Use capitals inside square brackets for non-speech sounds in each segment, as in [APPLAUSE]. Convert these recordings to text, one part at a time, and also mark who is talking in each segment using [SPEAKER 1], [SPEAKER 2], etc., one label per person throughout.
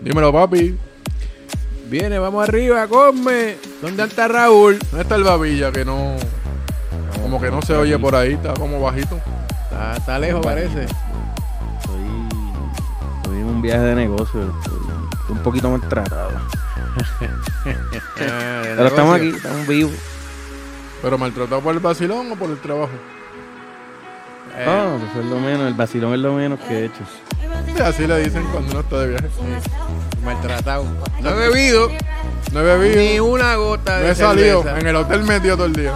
[SPEAKER 1] Dímelo, papi. Viene, vamos arriba, come. ¿Dónde está Raúl? ¿Dónde está el babilla que no. Como que no se oye por ahí, está como bajito.
[SPEAKER 2] Está, está lejos, parece.
[SPEAKER 3] Estoy, estoy en un viaje de negocio. Estoy, estoy un poquito maltratado.
[SPEAKER 2] Ah, de
[SPEAKER 3] Pero estamos aquí,
[SPEAKER 2] negocio.
[SPEAKER 3] estamos vivos.
[SPEAKER 1] ¿Pero maltratado por el vacilón o por el trabajo?
[SPEAKER 2] Eh,
[SPEAKER 3] No, que fue lo menos, el vacilón es lo menos que he hecho.
[SPEAKER 1] Sí, así le dicen cuando uno está de viaje.
[SPEAKER 2] Maltratado. No he bebido
[SPEAKER 1] No he bebido.
[SPEAKER 2] ni una gota de
[SPEAKER 1] No he salido.
[SPEAKER 2] cerveza.
[SPEAKER 1] En el hotel metido todo el día.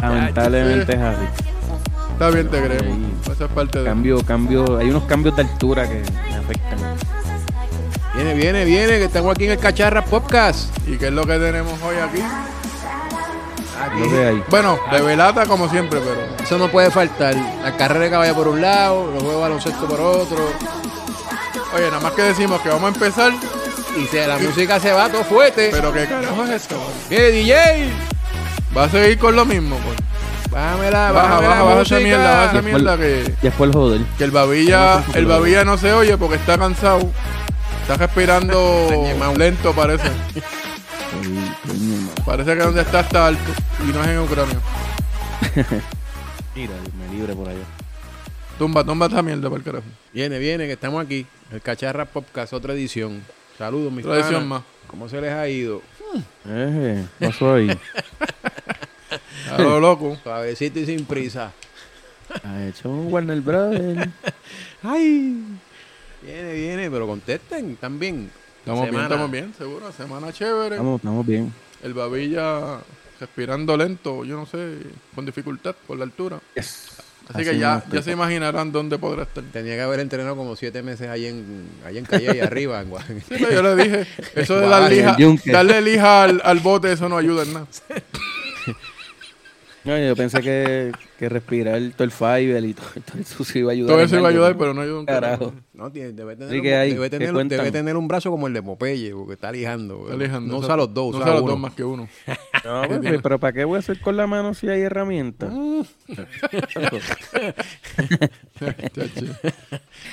[SPEAKER 3] Lamentablemente es así.
[SPEAKER 1] [LAUGHS] Está bien, te creemos.
[SPEAKER 3] Sí.
[SPEAKER 1] Esa es parte de.
[SPEAKER 3] Cambio, cambio, hay unos cambios de altura que me afectan.
[SPEAKER 2] Viene, viene, viene, que estamos aquí en el Cacharra Podcast.
[SPEAKER 1] ¿Y qué es lo que tenemos hoy aquí? Ah,
[SPEAKER 2] Aquí.
[SPEAKER 3] Lo que hay.
[SPEAKER 1] Bueno, de velata como siempre, pero.
[SPEAKER 2] Eso no puede faltar. La carrera de caballo por un lado, los juegos de baloncesto por otro.
[SPEAKER 1] Oye, nada más que decimos que vamos a empezar,
[SPEAKER 2] Y se, la música se va todo fuerte.
[SPEAKER 1] pero ¿qué carajo es esto?
[SPEAKER 2] Viene DJ.
[SPEAKER 1] Va a seguir con lo mismo, pues.
[SPEAKER 2] Bájamela,
[SPEAKER 1] Baja,
[SPEAKER 2] bájame
[SPEAKER 1] baja,
[SPEAKER 2] la
[SPEAKER 1] baja esa
[SPEAKER 2] música.
[SPEAKER 1] mierda, baja esa
[SPEAKER 3] Ya fue el-
[SPEAKER 1] Ah, mierda que,
[SPEAKER 3] Ya fue el joder.
[SPEAKER 1] que el babilla, el babilla no se oye porque está cansado. Está
[SPEAKER 3] [LAUGHS]
[SPEAKER 1] respirando
[SPEAKER 2] Está ñemao.
[SPEAKER 1] lento parece.
[SPEAKER 3] Ay, coño, madre.
[SPEAKER 1] Parece que donde está está alto y no es en Ucrania.
[SPEAKER 3] [LAUGHS] Mira, me libre por allá.
[SPEAKER 1] Tumba, tumba esa mierda por carajo.
[SPEAKER 2] Viene, viene, que estamos aquí. El Cacharra Podcast, otra edición. Saludos, mis
[SPEAKER 1] Otra edición
[SPEAKER 2] panas.
[SPEAKER 1] más.
[SPEAKER 2] ¿Cómo se les ha ido?
[SPEAKER 3] Eh, pasó
[SPEAKER 1] [LAUGHS]
[SPEAKER 3] ahí.
[SPEAKER 1] A lo loco.
[SPEAKER 2] Suavecito y sin prisa.
[SPEAKER 3] Ha hecho un
[SPEAKER 1] [LAUGHS]
[SPEAKER 3] Warner Brothers.
[SPEAKER 2] Ay. Viene, viene, pero contesten también.
[SPEAKER 1] Estamos bien,
[SPEAKER 2] Semana.
[SPEAKER 1] estamos bien, seguro. Semana chévere.
[SPEAKER 3] Estamos, estamos bien.
[SPEAKER 1] El babilla respirando lento, yo no sé, con dificultad por la altura. Así, que
[SPEAKER 3] Así
[SPEAKER 1] ya,
[SPEAKER 3] mismo
[SPEAKER 1] ya
[SPEAKER 3] estoy.
[SPEAKER 1] se imaginarán dónde podrá estar.
[SPEAKER 2] Tenía que haber entrenado como siete meses ahí en, ahí en Calle y arriba,
[SPEAKER 1] [LAUGHS]
[SPEAKER 2] en Guadalajara.
[SPEAKER 1] Sí, yo le dije,
[SPEAKER 2] [LAUGHS]
[SPEAKER 1] eso de
[SPEAKER 2] Guau,
[SPEAKER 1] dar
[SPEAKER 2] el
[SPEAKER 1] lija,
[SPEAKER 3] yunque.
[SPEAKER 1] darle lija al, al bote, eso no ayuda en nada.
[SPEAKER 3] No, yo pensé que, que respirar todo el fiber y todo, [LAUGHS] todo eso sí iba a ayudar.
[SPEAKER 1] Todo
[SPEAKER 3] en
[SPEAKER 1] eso iba a
[SPEAKER 3] algo,
[SPEAKER 1] ayudar, pero no ayuda un carajo.
[SPEAKER 3] Carajo.
[SPEAKER 2] No, tiene, debe tener,
[SPEAKER 3] Sí,
[SPEAKER 2] un,
[SPEAKER 3] que hay,
[SPEAKER 2] debe,
[SPEAKER 3] que
[SPEAKER 2] tener,
[SPEAKER 3] cuentan.
[SPEAKER 2] debe tener un brazo como el de Popeye, porque está lijando.
[SPEAKER 1] Está lijando.
[SPEAKER 2] No
[SPEAKER 1] Eso-
[SPEAKER 2] usa los dos,
[SPEAKER 1] No
[SPEAKER 2] usa
[SPEAKER 1] usa los
[SPEAKER 2] uno.
[SPEAKER 1] dos más que
[SPEAKER 2] [LAUGHS]
[SPEAKER 1] uno. [LAUGHS]
[SPEAKER 3] No, pues, pero, ¿para qué voy a hacer con la mano si hay herramientas?
[SPEAKER 2] Ah.
[SPEAKER 1] Chacho.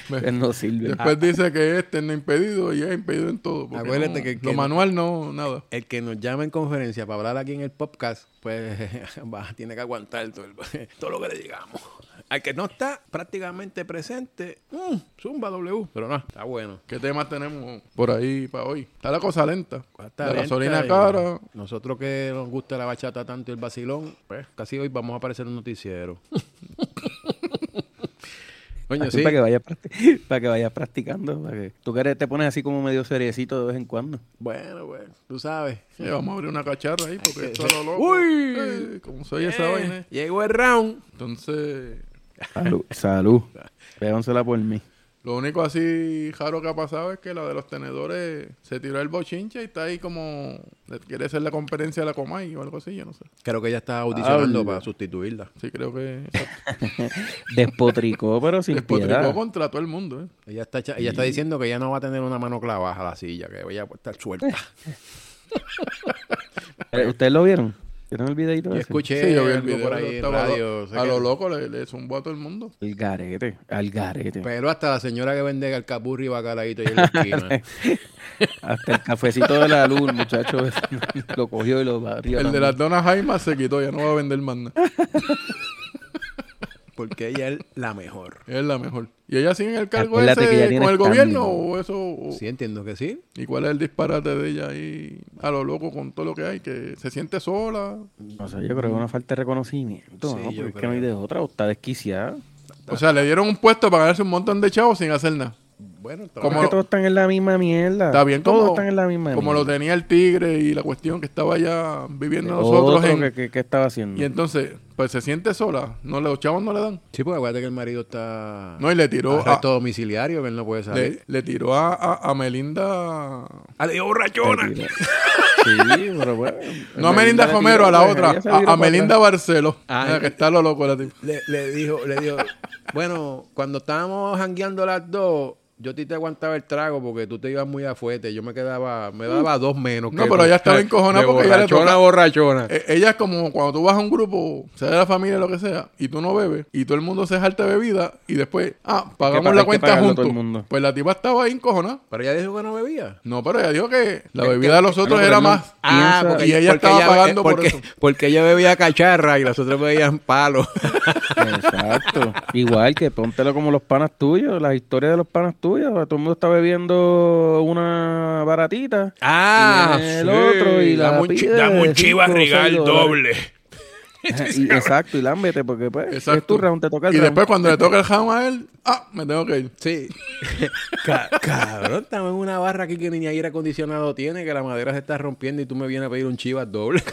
[SPEAKER 3] Pues no sirve.
[SPEAKER 2] Ah,
[SPEAKER 1] Después dice que este no es impedido y es impedido en todo. porque
[SPEAKER 2] Acuérdate
[SPEAKER 1] no-
[SPEAKER 2] que- que
[SPEAKER 1] lo
[SPEAKER 2] no-
[SPEAKER 1] manual no, nada.
[SPEAKER 2] El que nos llama en conferencia para hablar aquí en el podcast, pues [LAUGHS] va, tiene que aguantar todo, el- [LAUGHS] todo lo que le digamos. Al que no está prácticamente presente, mm, zumba W. Pero no, está bueno.
[SPEAKER 1] ¿Qué temas tenemos por ahí para hoy? Está la cosa lenta.
[SPEAKER 2] Pues, Está
[SPEAKER 1] la
[SPEAKER 2] lenta
[SPEAKER 1] gasolina
[SPEAKER 2] y-
[SPEAKER 1] cara.
[SPEAKER 2] Nosotros que nos gusta la bachata tanto y el vacilón, pues casi hoy vamos a aparecer en un
[SPEAKER 1] [LAUGHS]
[SPEAKER 2] noticiero. Coño,
[SPEAKER 3] Así
[SPEAKER 2] sí.
[SPEAKER 3] Para que vayas [LAUGHS] para que vayas practicando, para que tú que eres- te pones así como medio seriecito de vez en cuando.
[SPEAKER 2] Bueno, bueno, tú sabes.
[SPEAKER 1] Sí, vamos a abrir una cacharra ahí porque esto es lo loco.
[SPEAKER 2] Uy.
[SPEAKER 1] Eh, ¿Cómo se oye esa
[SPEAKER 2] Eh,
[SPEAKER 1] vaina?
[SPEAKER 2] Llegó el round.
[SPEAKER 1] Entonces,
[SPEAKER 3] Salud, [LAUGHS] salud. Pégansela por mí.
[SPEAKER 1] lo único así raro que ha pasado es que la de los tenedores se tiró el bochinche y está ahí como... Quiere ser la competencia de la Comay o algo así, yo no sé.
[SPEAKER 2] Creo que ella está audicionando
[SPEAKER 3] Habla.
[SPEAKER 2] para sustituirla.
[SPEAKER 1] Sí, creo
[SPEAKER 3] [LAUGHS]
[SPEAKER 1] que...
[SPEAKER 3] Despotricó, pero sin
[SPEAKER 1] Despotricó
[SPEAKER 3] piedad.
[SPEAKER 1] contra todo el mundo, ¿eh?
[SPEAKER 2] Ella está, echa- ella está diciendo que ella no va a tener una mano clavada a la silla, que ella va a estar suelta.
[SPEAKER 3] Eh, ¿Ustedes lo vieron? ¿Vieron el videito
[SPEAKER 2] Yo
[SPEAKER 3] ese?
[SPEAKER 2] escuché
[SPEAKER 1] Sí, yo vi el
[SPEAKER 2] algo
[SPEAKER 1] video.
[SPEAKER 2] por
[SPEAKER 1] eso
[SPEAKER 2] ahí en
[SPEAKER 1] estaba-
[SPEAKER 2] radio. sé
[SPEAKER 1] a
[SPEAKER 2] que-
[SPEAKER 1] lo loco le, le zumbó a todo el mundo.
[SPEAKER 3] Al garete, al garete.
[SPEAKER 2] Pero hasta la señora que vende el capurri y bacalaíto ahí en la esquina.
[SPEAKER 3] [LAUGHS] Hasta el cafecito de la luz, el muchacho ese, [LAUGHS] lo cogió y lo barrió.
[SPEAKER 1] El de las donas Jaimas se quitó, ya no va a vender más nada.
[SPEAKER 2] porque ella es la mejor.
[SPEAKER 1] Es la mejor. ¿Y ella sigue en el cargo
[SPEAKER 3] Acuérdate que ella
[SPEAKER 1] ese
[SPEAKER 3] tiene
[SPEAKER 1] con el
[SPEAKER 3] escándalo.
[SPEAKER 1] gobierno o eso? o-
[SPEAKER 2] Sí, entiendo que sí.
[SPEAKER 1] ¿Y cuál es el disparate de ella ahí a lo loco con todo lo que hay? Que se siente sola.
[SPEAKER 3] O sea, yo creo que es una falta de reconocimiento,
[SPEAKER 2] Sí,
[SPEAKER 3] ¿no?
[SPEAKER 2] yo
[SPEAKER 3] Porque es que
[SPEAKER 2] creo.
[SPEAKER 3] no hay de otra, o está desquiciada.
[SPEAKER 1] O sea, le dieron un puesto para ganarse un montón de chavos sin hacer nada.
[SPEAKER 2] Bueno, está-
[SPEAKER 1] Como-
[SPEAKER 3] Porque todos están en la misma mierda.
[SPEAKER 1] Está bien
[SPEAKER 3] todos
[SPEAKER 1] como,
[SPEAKER 3] están en la misma
[SPEAKER 1] como lo
[SPEAKER 3] mierda.
[SPEAKER 1] tenía el tigre y la cuestión que estaba ya viviendo
[SPEAKER 3] Otro
[SPEAKER 1] nosotros. en-
[SPEAKER 3] que, que- que estaba haciendo.
[SPEAKER 1] Y entonces, pues se siente sola. No, le- los chavos no le dan.
[SPEAKER 2] Sí, porque acuérdate que el marido está.
[SPEAKER 1] No, y le tiró a,
[SPEAKER 2] arresto domiciliario, que él no puede salir.
[SPEAKER 1] le, le tiró a, a- a Melinda
[SPEAKER 2] ¡Ah, le dio borrachona!
[SPEAKER 1] [LAUGHS]
[SPEAKER 3] Sí, pero bueno.
[SPEAKER 1] No a Melinda
[SPEAKER 3] le
[SPEAKER 1] Romero,
[SPEAKER 3] tiró,
[SPEAKER 1] a la
[SPEAKER 3] pues,
[SPEAKER 1] otra.
[SPEAKER 3] ella se viró
[SPEAKER 1] A, a
[SPEAKER 3] para
[SPEAKER 1] Melinda
[SPEAKER 3] atrás.
[SPEAKER 1] Barceló.
[SPEAKER 2] Ah,
[SPEAKER 1] Mira, que está lo loco la tipa.
[SPEAKER 2] Le, le dijo, le dijo, bueno, cuando estábamos jangueando las dos, Yo a ti te aguantaba el trago porque tú te ibas muy a fuerte. Yo me quedaba, me daba dos menos.
[SPEAKER 1] Mm. No,
[SPEAKER 2] que
[SPEAKER 1] pero
[SPEAKER 2] tú.
[SPEAKER 1] ella estaba
[SPEAKER 2] De
[SPEAKER 1] encojonada porque ella le
[SPEAKER 2] borrachona,
[SPEAKER 1] toca-
[SPEAKER 2] borrachona.
[SPEAKER 1] E- Ella es como cuando tú vas a un grupo, sea de la familia, lo que sea, y tú no bebes, y todo el mundo se jalta bebida, y después, ah, pagamos
[SPEAKER 3] pagar- hay
[SPEAKER 1] la
[SPEAKER 3] que
[SPEAKER 1] cuenta
[SPEAKER 3] pagarlo
[SPEAKER 1] juntos.
[SPEAKER 3] todo el mundo.
[SPEAKER 1] Pues la tipa estaba ahí encojonada.
[SPEAKER 2] Pero ella dijo que no bebía.
[SPEAKER 1] No, pero ella dijo que la bebida de los otros
[SPEAKER 3] pero
[SPEAKER 1] era
[SPEAKER 3] no-
[SPEAKER 1] más.
[SPEAKER 3] Ah,
[SPEAKER 1] Piensa-
[SPEAKER 3] porque-
[SPEAKER 1] y ella estaba pagando por
[SPEAKER 2] porque,
[SPEAKER 1] eso.
[SPEAKER 2] Porque ella bebía cacharra y las otras
[SPEAKER 1] [LAUGHS]
[SPEAKER 2] bebían palo.
[SPEAKER 3] Exacto. [LAUGHS] Igual que póntelo como los panas tuyos, las historias de los panas tuyos. Todo el mundo está bebiendo una
[SPEAKER 1] [LAUGHS]
[SPEAKER 3] baratita.
[SPEAKER 2] ah,
[SPEAKER 3] Y el otro y la
[SPEAKER 2] Dame un chi-
[SPEAKER 3] pide
[SPEAKER 2] dame un
[SPEAKER 3] de
[SPEAKER 2] chivas
[SPEAKER 3] cinco o seis
[SPEAKER 2] regal
[SPEAKER 3] dólares.
[SPEAKER 2] doble.
[SPEAKER 3] Ajá, y- exacto, y lámbete, porque pues es
[SPEAKER 1] Exacto.
[SPEAKER 3] tu round, te toca el
[SPEAKER 1] Y
[SPEAKER 3] round.
[SPEAKER 1] después cuando le toca el jam a él, ah, me tengo que ir.
[SPEAKER 2] Sí. [LAUGHS] Ca- cabrón, estamos en una barra aquí que ni aire acondicionado tiene, que la madera se está rompiendo y tú me vienes a pedir un chivas doble.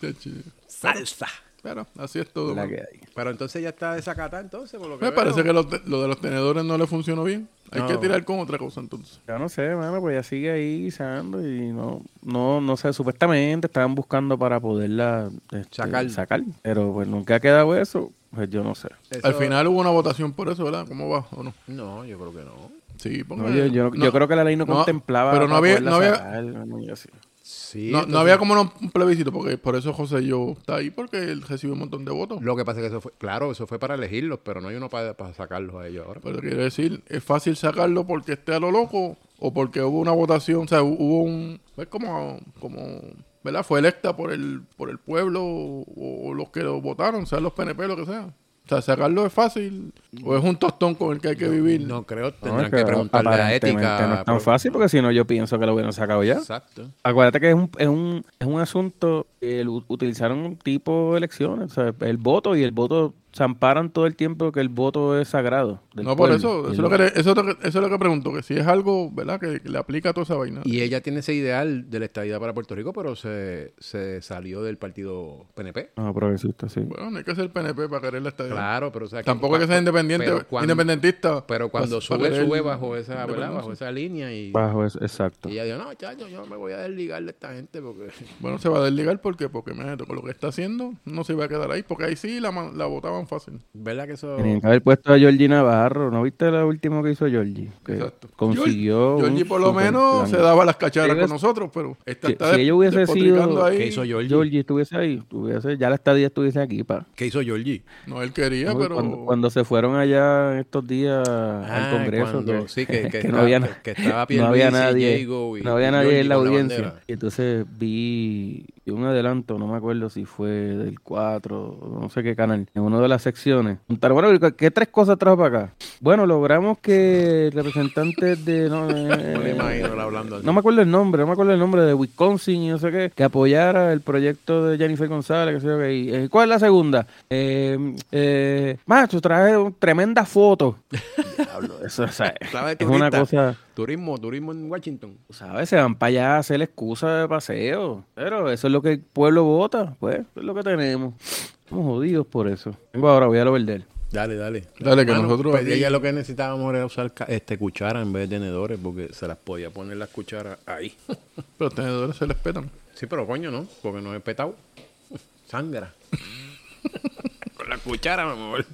[SPEAKER 1] Qué chido.
[SPEAKER 2] Salsa.
[SPEAKER 1] Pero así es todo.
[SPEAKER 3] La
[SPEAKER 1] mano.
[SPEAKER 3] que hay.
[SPEAKER 2] Pero entonces ya está desacatada entonces, por lo que
[SPEAKER 1] Me
[SPEAKER 2] veo.
[SPEAKER 1] parece que lo, te- lo de los tenedores no le funcionó bien. Hay que tirar con otra cosa entonces.
[SPEAKER 3] Ya no sé, mano, pues ya sigue ahí guisando y no, no, no sé, supuestamente estaban buscando para poderla este,
[SPEAKER 2] Sacar.
[SPEAKER 3] Pero pues nunca ha quedado eso, pues yo no sé.
[SPEAKER 2] Eso-
[SPEAKER 1] Al final hubo una votación por eso, ¿verdad? ¿Cómo va o no?
[SPEAKER 2] No, yo creo que no.
[SPEAKER 1] Sí, porque
[SPEAKER 3] No, yo, yo, yo creo que la ley no,
[SPEAKER 1] no,
[SPEAKER 3] contemplaba
[SPEAKER 1] pero no
[SPEAKER 3] para
[SPEAKER 1] había-
[SPEAKER 3] poderla
[SPEAKER 1] no había-
[SPEAKER 3] sacar, no, yo sí.
[SPEAKER 2] Sí.
[SPEAKER 1] no,
[SPEAKER 2] entonces-
[SPEAKER 1] no había como un- un plebiscito, porque por eso José yo está ahí, porque él recibió un montón de votos.
[SPEAKER 2] Lo que pasa es que eso fue, claro, eso fue para elegirlos, pero no hay uno para, para sacarlos a ellos ahora.
[SPEAKER 1] Pero quiero decir, es fácil sacarlo porque esté a lo loco o porque hubo una votación, o sea, hu- hubo un... Es como, como... ¿Verdad? Fue electa por el, por el pueblo o, o los que lo votaron, sean los PNP, lo que sea. O sea, sacarlo es fácil o es un tostón con el que hay que vivir.
[SPEAKER 2] No creo,
[SPEAKER 3] No,
[SPEAKER 2] tendrán
[SPEAKER 3] es
[SPEAKER 2] que preguntarle a
[SPEAKER 3] aparentemente
[SPEAKER 2] ética.
[SPEAKER 3] No es tan fácil porque si no yo pienso que lo hubieran sacado ya.
[SPEAKER 2] Exacto.
[SPEAKER 3] Acuérdate que es un, es un, es un asunto, el, utilizaron un tipo de elecciones, o sea, el voto y el voto se amparan todo el tiempo que el voto es sagrado. del
[SPEAKER 1] No, por
[SPEAKER 3] pueblo.
[SPEAKER 1] eso, eso
[SPEAKER 3] Y
[SPEAKER 1] es, lo que, le- eso, es lo que- eso es lo que pregunto, que si es algo, ¿verdad? Que, que le aplica a toda esa vaina.
[SPEAKER 2] Y ella tiene ese ideal de la estadía para Puerto Rico, pero se, se salió del partido PNP.
[SPEAKER 3] Ah, progresista, sí.
[SPEAKER 1] Bueno, no hay que ser PNP para querer la estadía.
[SPEAKER 2] Claro, pero o sea, que-
[SPEAKER 1] Tampoco hay que ser independiente,
[SPEAKER 2] pero cuando-
[SPEAKER 1] independentista.
[SPEAKER 2] Pero cuando
[SPEAKER 1] pa- pa
[SPEAKER 2] sube,
[SPEAKER 1] querer
[SPEAKER 2] sube bajo esa, ¿verdad?
[SPEAKER 1] independencia.
[SPEAKER 2] bajo esa línea y,
[SPEAKER 3] Bajo eso, exacto.
[SPEAKER 2] y ella dijo, no, chacho, yo me voy a desligar de esta gente porque... [LAUGHS]
[SPEAKER 1] Bueno, se va a desligar porque, porque imagínate, con lo que está haciendo, no se va a quedar ahí, porque ahí sí la, man- la votaban fácil.
[SPEAKER 2] ¿Verdad que eso...?
[SPEAKER 3] Tenían que haber puesto a Georgie Navarro. ¿No viste lo último que hizo Georgie? Que
[SPEAKER 1] Exacto.
[SPEAKER 3] Eh, Consiguió.
[SPEAKER 1] Georgie- Georgie
[SPEAKER 3] un
[SPEAKER 1] por lo menos
[SPEAKER 3] superplan.
[SPEAKER 1] se daba las cacharras
[SPEAKER 3] Ellos-
[SPEAKER 1] con nosotros, pero esta
[SPEAKER 3] Si-
[SPEAKER 1] está
[SPEAKER 3] si ella hubiese
[SPEAKER 1] despotricando
[SPEAKER 3] sido-
[SPEAKER 1] ahí.
[SPEAKER 2] ¿Qué hizo Georgie?
[SPEAKER 3] Georgie estuviese ahí, estuviese, ya la estadía estuviese aquí, pa.
[SPEAKER 2] ¿Qué hizo Georgie?
[SPEAKER 1] No, él quería, pero
[SPEAKER 3] cuando, cuando se fueron allá estos días
[SPEAKER 2] Ah,
[SPEAKER 3] al Congreso,
[SPEAKER 2] cuando-
[SPEAKER 3] que, [LAUGHS]
[SPEAKER 2] sí, que- que
[SPEAKER 3] que
[SPEAKER 2] estaba-
[SPEAKER 3] no había, na-
[SPEAKER 2] que- que estaba
[SPEAKER 3] no había
[SPEAKER 2] Pierluisi,
[SPEAKER 3] nadie,
[SPEAKER 2] Diego y-
[SPEAKER 3] no había
[SPEAKER 2] y
[SPEAKER 3] nadie
[SPEAKER 2] Giorgi
[SPEAKER 3] en la
[SPEAKER 2] con la
[SPEAKER 3] audiencia.
[SPEAKER 2] bandera.
[SPEAKER 3] y entonces vi un adelanto, no me acuerdo si fue del 4, o no sé qué canal, en una de las secciones. Preguntaron, bueno, ¿qué tres cosas trajo para acá? Bueno, logramos que representantes de...
[SPEAKER 2] [LAUGHS]
[SPEAKER 3] No, eh,
[SPEAKER 2] No me imagino él hablando así.
[SPEAKER 3] no me acuerdo el nombre, no me acuerdo el nombre de Wisconsin y no sé qué, que apoyara el proyecto de Jennifer González, que sé yo qué. Y, eh, ¿Cuál es la segunda? Eh, eh, macho, trae un- tremenda foto. Diablo, eso o
[SPEAKER 2] [LAUGHS]
[SPEAKER 3] sea,
[SPEAKER 2] Estaba de
[SPEAKER 3] es una
[SPEAKER 2] turista.
[SPEAKER 3] cosa,
[SPEAKER 2] Turismo, turismo en Washington.
[SPEAKER 3] ¿sabes? Se van para allá a hacer excusa de paseo. Pero eso es lo que el pueblo vota, pues, eso es lo que tenemos. Estamos jodidos por eso. Vengo ahora, voy a lo perder.
[SPEAKER 2] Dale, dale.
[SPEAKER 1] Dale, que
[SPEAKER 2] Hermano,
[SPEAKER 1] nosotros
[SPEAKER 2] pues,
[SPEAKER 1] aquí-
[SPEAKER 2] ella lo que necesitábamos era usar ca- este, cuchara en vez de tenedores porque se las podía poner las cucharas ahí.
[SPEAKER 1] pero los tenedores se les petan.
[SPEAKER 2] sí, pero coño, ¿no? Porque no he petado. Sangra. Con la cuchara, mi amor.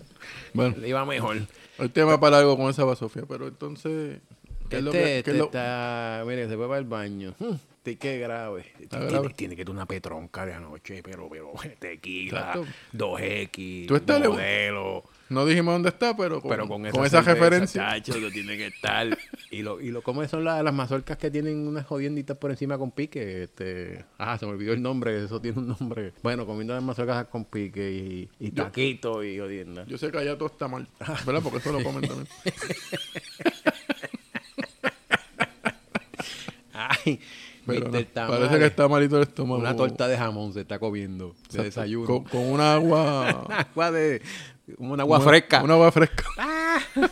[SPEAKER 1] Bueno,
[SPEAKER 2] Le iba mejor.
[SPEAKER 1] el tema para algo con esa basofia, pero entonces... ¿qué
[SPEAKER 2] Este,
[SPEAKER 1] es lo que- qué
[SPEAKER 2] este
[SPEAKER 1] es lo-
[SPEAKER 2] está... Mire, se fue para el baño. Mm, Este, qué grave. Tiene-
[SPEAKER 1] grave.
[SPEAKER 2] Tiene que tener una petronca de anoche, pero, pero, [LAUGHS] tequila,
[SPEAKER 1] Exacto.
[SPEAKER 2] 2X,
[SPEAKER 1] Tú estás le-
[SPEAKER 2] modelo.
[SPEAKER 1] No dijimos dónde está, pero con,
[SPEAKER 2] Pero con esa,
[SPEAKER 1] con esa
[SPEAKER 2] cerveza,
[SPEAKER 1] referencia...
[SPEAKER 2] chacho, eso tiene que estar. [LAUGHS] y lo, y lo como son la- las mazorcas que tienen unas jodienditas por encima con pique. Este, ah, se me olvidó el nombre, eso tiene un nombre. Bueno, comiendo las mazorcas con pique y, y taquito y jodienda.
[SPEAKER 1] Yo sé que allá todo está mal, ¿verdad? Porque eso lo comen
[SPEAKER 2] [LAUGHS]
[SPEAKER 1] también.
[SPEAKER 2] Ay,
[SPEAKER 1] Pero
[SPEAKER 2] Mr.
[SPEAKER 1] no,
[SPEAKER 2] Tamales,
[SPEAKER 1] parece que está malito el estómago.
[SPEAKER 2] Una torta de jamón se está comiendo de desayuno.
[SPEAKER 1] Con,
[SPEAKER 2] [LAUGHS]
[SPEAKER 1] con un agua...
[SPEAKER 2] agua de un agua
[SPEAKER 1] una-
[SPEAKER 2] fresca.
[SPEAKER 1] Un agua fresca. [LAUGHS]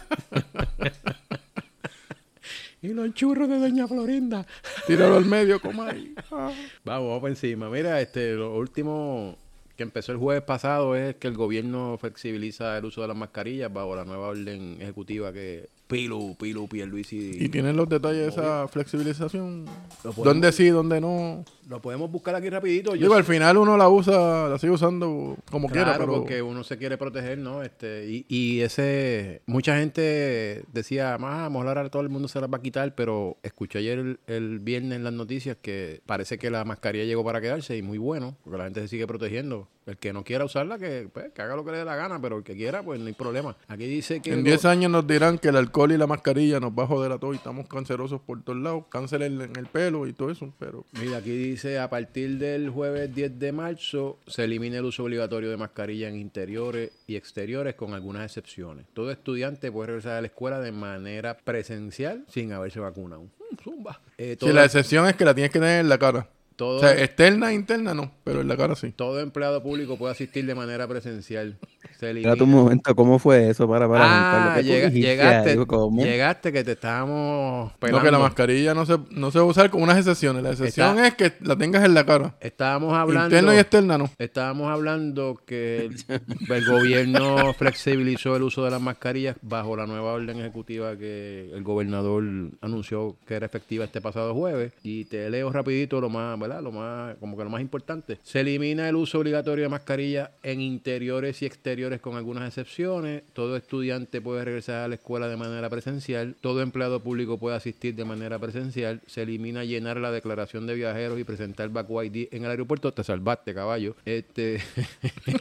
[SPEAKER 2] Y los churros de Doña Florinda.
[SPEAKER 1] Tíralo al medio, coma ahí.
[SPEAKER 2] Vamos, vamos por encima. Mira, este, lo último que empezó el jueves pasado es que el gobierno flexibiliza el uso de las mascarillas bajo la nueva orden ejecutiva que Pilu, Pilu, Pierluisi.
[SPEAKER 1] Y tienen los detalles de esa flexibilización.
[SPEAKER 2] Lo podemos-
[SPEAKER 1] ¿Dónde sí, dónde no?
[SPEAKER 2] Lo podemos buscar aquí rapidito. Yo
[SPEAKER 1] Digo, al final uno la usa, la sigue usando como
[SPEAKER 2] Claro,
[SPEAKER 1] quiera, pero
[SPEAKER 2] porque uno se quiere proteger, ¿no? Este, y, y ese, mucha gente decía, más, a lo mejor ahora todo el mundo se las va a quitar, pero escuché ayer el, el viernes en las noticias que parece que la mascarilla llegó para quedarse y muy bueno, porque la gente se sigue protegiendo. El que no quiera usarla, que, pues, que haga lo que le dé la gana, pero el que quiera, pues no hay problema. Aquí dice que...
[SPEAKER 1] en
[SPEAKER 2] lo-
[SPEAKER 1] 10 años nos dirán que el alcohol y la mascarilla nos va a joder a todos y estamos cancerosos por todos lados, cáncer en, en el pelo y todo eso, pero
[SPEAKER 2] Mira, aquí dice, a partir del jueves 10 de marzo se elimina el uso obligatorio de mascarilla en interiores y exteriores con algunas excepciones. Todo estudiante puede regresar a la escuela de manera presencial sin haberse vacunado. Mm, Zumba. Eh, todo,
[SPEAKER 1] si la excepción es que la tienes que tener en la cara.
[SPEAKER 2] todo-
[SPEAKER 1] O sea, externa e interna no, pero en la cara sí.
[SPEAKER 2] todo empleado público puede asistir de manera presencial. Se elimina.
[SPEAKER 3] Espérate un momento, ¿cómo fue eso? Para, para, Juan
[SPEAKER 2] Ah,
[SPEAKER 3] Carlos, ¿qué tú
[SPEAKER 2] llega-
[SPEAKER 3] dijiste
[SPEAKER 2] llegaste,
[SPEAKER 3] ahí? ¿Cómo?
[SPEAKER 2] llegaste que te estábamos
[SPEAKER 1] No, que la
[SPEAKER 2] pelando.
[SPEAKER 1] mascarilla no se, no se va a usar con unas excepciones. La excepción
[SPEAKER 2] Está-
[SPEAKER 1] es que la tengas en la cara.
[SPEAKER 2] Estábamos hablando...
[SPEAKER 1] Interna y externa no.
[SPEAKER 2] Estábamos hablando que el, el gobierno flexibilizó el uso de las mascarillas bajo la nueva orden ejecutiva que el gobernador anunció que era efectiva este pasado jueves. Y te leo rapidito lo más, ¿verdad? Lo más, como que lo más importante. Se elimina el uso obligatorio de mascarillas en interiores y exteriores con algunas excepciones. Todo estudiante puede regresar a la escuela de manera presencial. Todo empleado público puede asistir de manera presencial. Se elimina llenar la declaración de viajeros y presentar Baku ID en el aeropuerto. Te salvaste, caballo. Este [LAUGHS]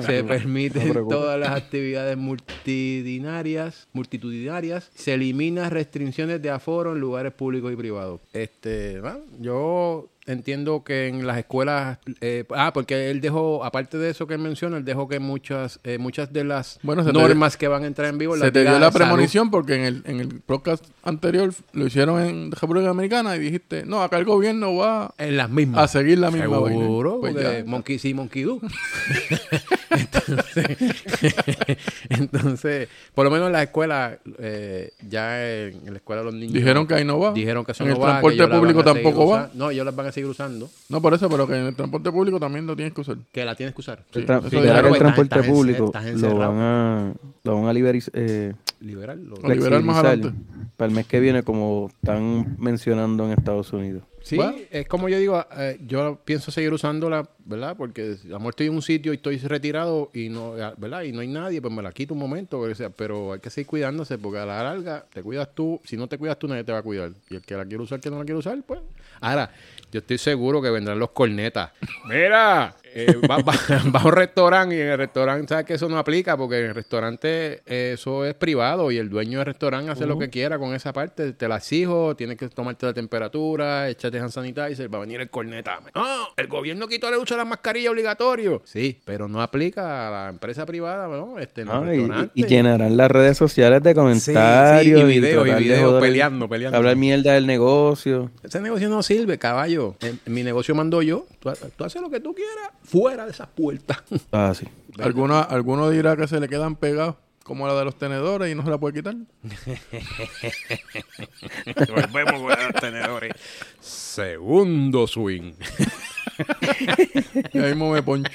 [SPEAKER 2] se permiten todas las actividades multitudinarias, multitudinarias, se eliminan restricciones de aforo en lugares públicos y privados. Este, ¿va? yo entiendo que en las escuelas, eh, ah, porque él dejó, aparte de eso que él menciona, él dejó que muchas, eh, muchas de las
[SPEAKER 1] Bueno, se te-
[SPEAKER 2] normas que van a entrar en vivo
[SPEAKER 1] Se
[SPEAKER 2] las
[SPEAKER 1] te
[SPEAKER 2] diga
[SPEAKER 1] dio la
[SPEAKER 2] salud.
[SPEAKER 1] premonición porque en el, en el podcast anterior lo hicieron en República Dominicana y dijiste, no, acá el gobierno va
[SPEAKER 2] En las mismas.
[SPEAKER 1] a seguir la misma vaina".
[SPEAKER 2] Seguro,
[SPEAKER 1] Pues
[SPEAKER 2] porque
[SPEAKER 1] ya.
[SPEAKER 2] Monkey sí, Monkey
[SPEAKER 1] [LAUGHS]
[SPEAKER 2] do. entonces, [LAUGHS] entonces, por lo menos en la escuela, eh, ya en, en la escuela los niños
[SPEAKER 1] Dijeron que ahí no va.
[SPEAKER 2] dijeron que eso
[SPEAKER 1] en
[SPEAKER 2] no
[SPEAKER 1] el
[SPEAKER 2] va, que
[SPEAKER 1] transporte
[SPEAKER 2] ellos la van
[SPEAKER 1] público
[SPEAKER 2] a seguir
[SPEAKER 1] tampoco va.
[SPEAKER 2] usa- No, ellos las van a seguir usando,
[SPEAKER 1] No, por eso, pero que en el transporte público también lo tienes que usar.
[SPEAKER 2] que la tienes que usar.
[SPEAKER 1] Sí,
[SPEAKER 3] El tra-
[SPEAKER 1] eso
[SPEAKER 3] si
[SPEAKER 1] ya
[SPEAKER 3] le
[SPEAKER 1] lo
[SPEAKER 3] dan
[SPEAKER 1] ves,
[SPEAKER 3] el transporte
[SPEAKER 2] estás pues, en-
[SPEAKER 3] público,
[SPEAKER 2] estás
[SPEAKER 3] lo
[SPEAKER 2] encerrado.
[SPEAKER 3] van a, lo van a liberis- eh,
[SPEAKER 2] Liberarlo.
[SPEAKER 1] Lo liberan más
[SPEAKER 3] flexibilizar
[SPEAKER 1] adelante.
[SPEAKER 3] para el mes que viene, como están mencionando en Estados Unidos.
[SPEAKER 2] Sí,
[SPEAKER 1] Bueno.
[SPEAKER 2] es como yo digo, eh, yo pienso seguir usándola, ¿verdad? Porque a lo mejor estoy en un sitio y estoy retirado y no, eh, ¿verdad? Y no hay nadie, pues me la quito un momento, o sea, pero hay que seguir cuidándose porque a la larga te cuidas tú, si no te cuidas tú nadie te va a cuidar. Y el que la quiere usar, el que no la quiere usar, pues. Ahora, yo estoy seguro que vendrán los cornetas. Mira, eh, va, [LAUGHS] va- va a un restaurante y en el restaurante sabes que eso no aplica porque en el restaurante eh, eso es privado y el dueño del restaurante hace lo que quiera con esa parte. Te la exijo, tienes que tomarte la temperatura, échate hand sanitizer, va a venir el corneta. No, el gobierno quitó el uso de la mascarilla obligatorio. Sí, pero no aplica a la empresa privada, ¿no? Este, en los
[SPEAKER 3] Ah, y-
[SPEAKER 2] restaurantes.
[SPEAKER 3] y, llenarán las redes sociales de comentarios
[SPEAKER 2] y video, y
[SPEAKER 3] tratar de
[SPEAKER 2] video,
[SPEAKER 3] joder-
[SPEAKER 2] peleando, peleando.
[SPEAKER 3] Hablar mierda del negocio.
[SPEAKER 2] Ese negocio no sirve, caballo. En- en mi negocio mando yo. Tú, ha- tú haces lo que tú quieras fuera de esas puertas. [LAUGHS]
[SPEAKER 3] Ah, sí.
[SPEAKER 1] Alguna, alguno dirá que se le quedan pegados como la de los tenedores y no se la puede quitar.
[SPEAKER 2] [LAUGHS] Volvemos con los tenedores. Segundo swing.
[SPEAKER 1] Y ahí mismo me poncho.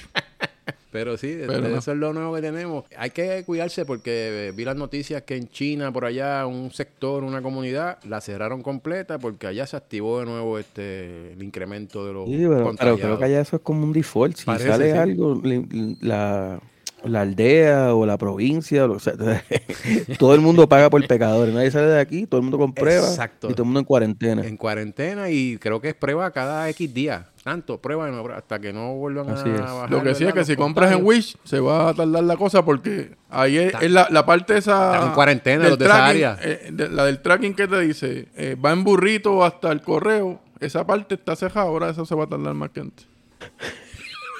[SPEAKER 2] Pero sí, de-
[SPEAKER 1] Pero
[SPEAKER 2] de
[SPEAKER 1] no.
[SPEAKER 2] eso es lo nuevo que tenemos. Hay que cuidarse porque eh, vi las noticias que en China, por allá, un sector, una comunidad, la cerraron completa porque allá se activó de nuevo este el incremento de los
[SPEAKER 3] Sí, pero, pero
[SPEAKER 2] contagiados.
[SPEAKER 3] creo que allá eso es como un default. Si
[SPEAKER 2] Parece,
[SPEAKER 3] sale
[SPEAKER 2] sí.
[SPEAKER 3] algo, li- li- la, la aldea o la provincia, o lo- o sea, [LAUGHS] todo el mundo paga por pecadores. Nadie sale de aquí, todo el mundo con pruebas
[SPEAKER 2] Exacto.
[SPEAKER 3] y todo el mundo en cuarentena.
[SPEAKER 2] En cuarentena y creo que es prueba cada X día. Tanto, prueba y no prueba, hasta que no vuelvan
[SPEAKER 3] Así
[SPEAKER 2] a
[SPEAKER 3] es.
[SPEAKER 2] bajar.
[SPEAKER 1] Lo que sí es
[SPEAKER 2] ¿verdad?
[SPEAKER 1] que
[SPEAKER 2] los
[SPEAKER 1] si compras en
[SPEAKER 2] contagios.
[SPEAKER 1] Wish se va a tardar la cosa porque ahí es,
[SPEAKER 2] Está-
[SPEAKER 1] es la, la parte esa...
[SPEAKER 2] Están en cuarentena
[SPEAKER 1] del
[SPEAKER 2] los de esa
[SPEAKER 1] tracking,
[SPEAKER 2] área.
[SPEAKER 1] eh, de- la del tracking que te dice, eh, va en burrito hasta el correo, esa parte está cejada, ahora eso se va a tardar más que antes.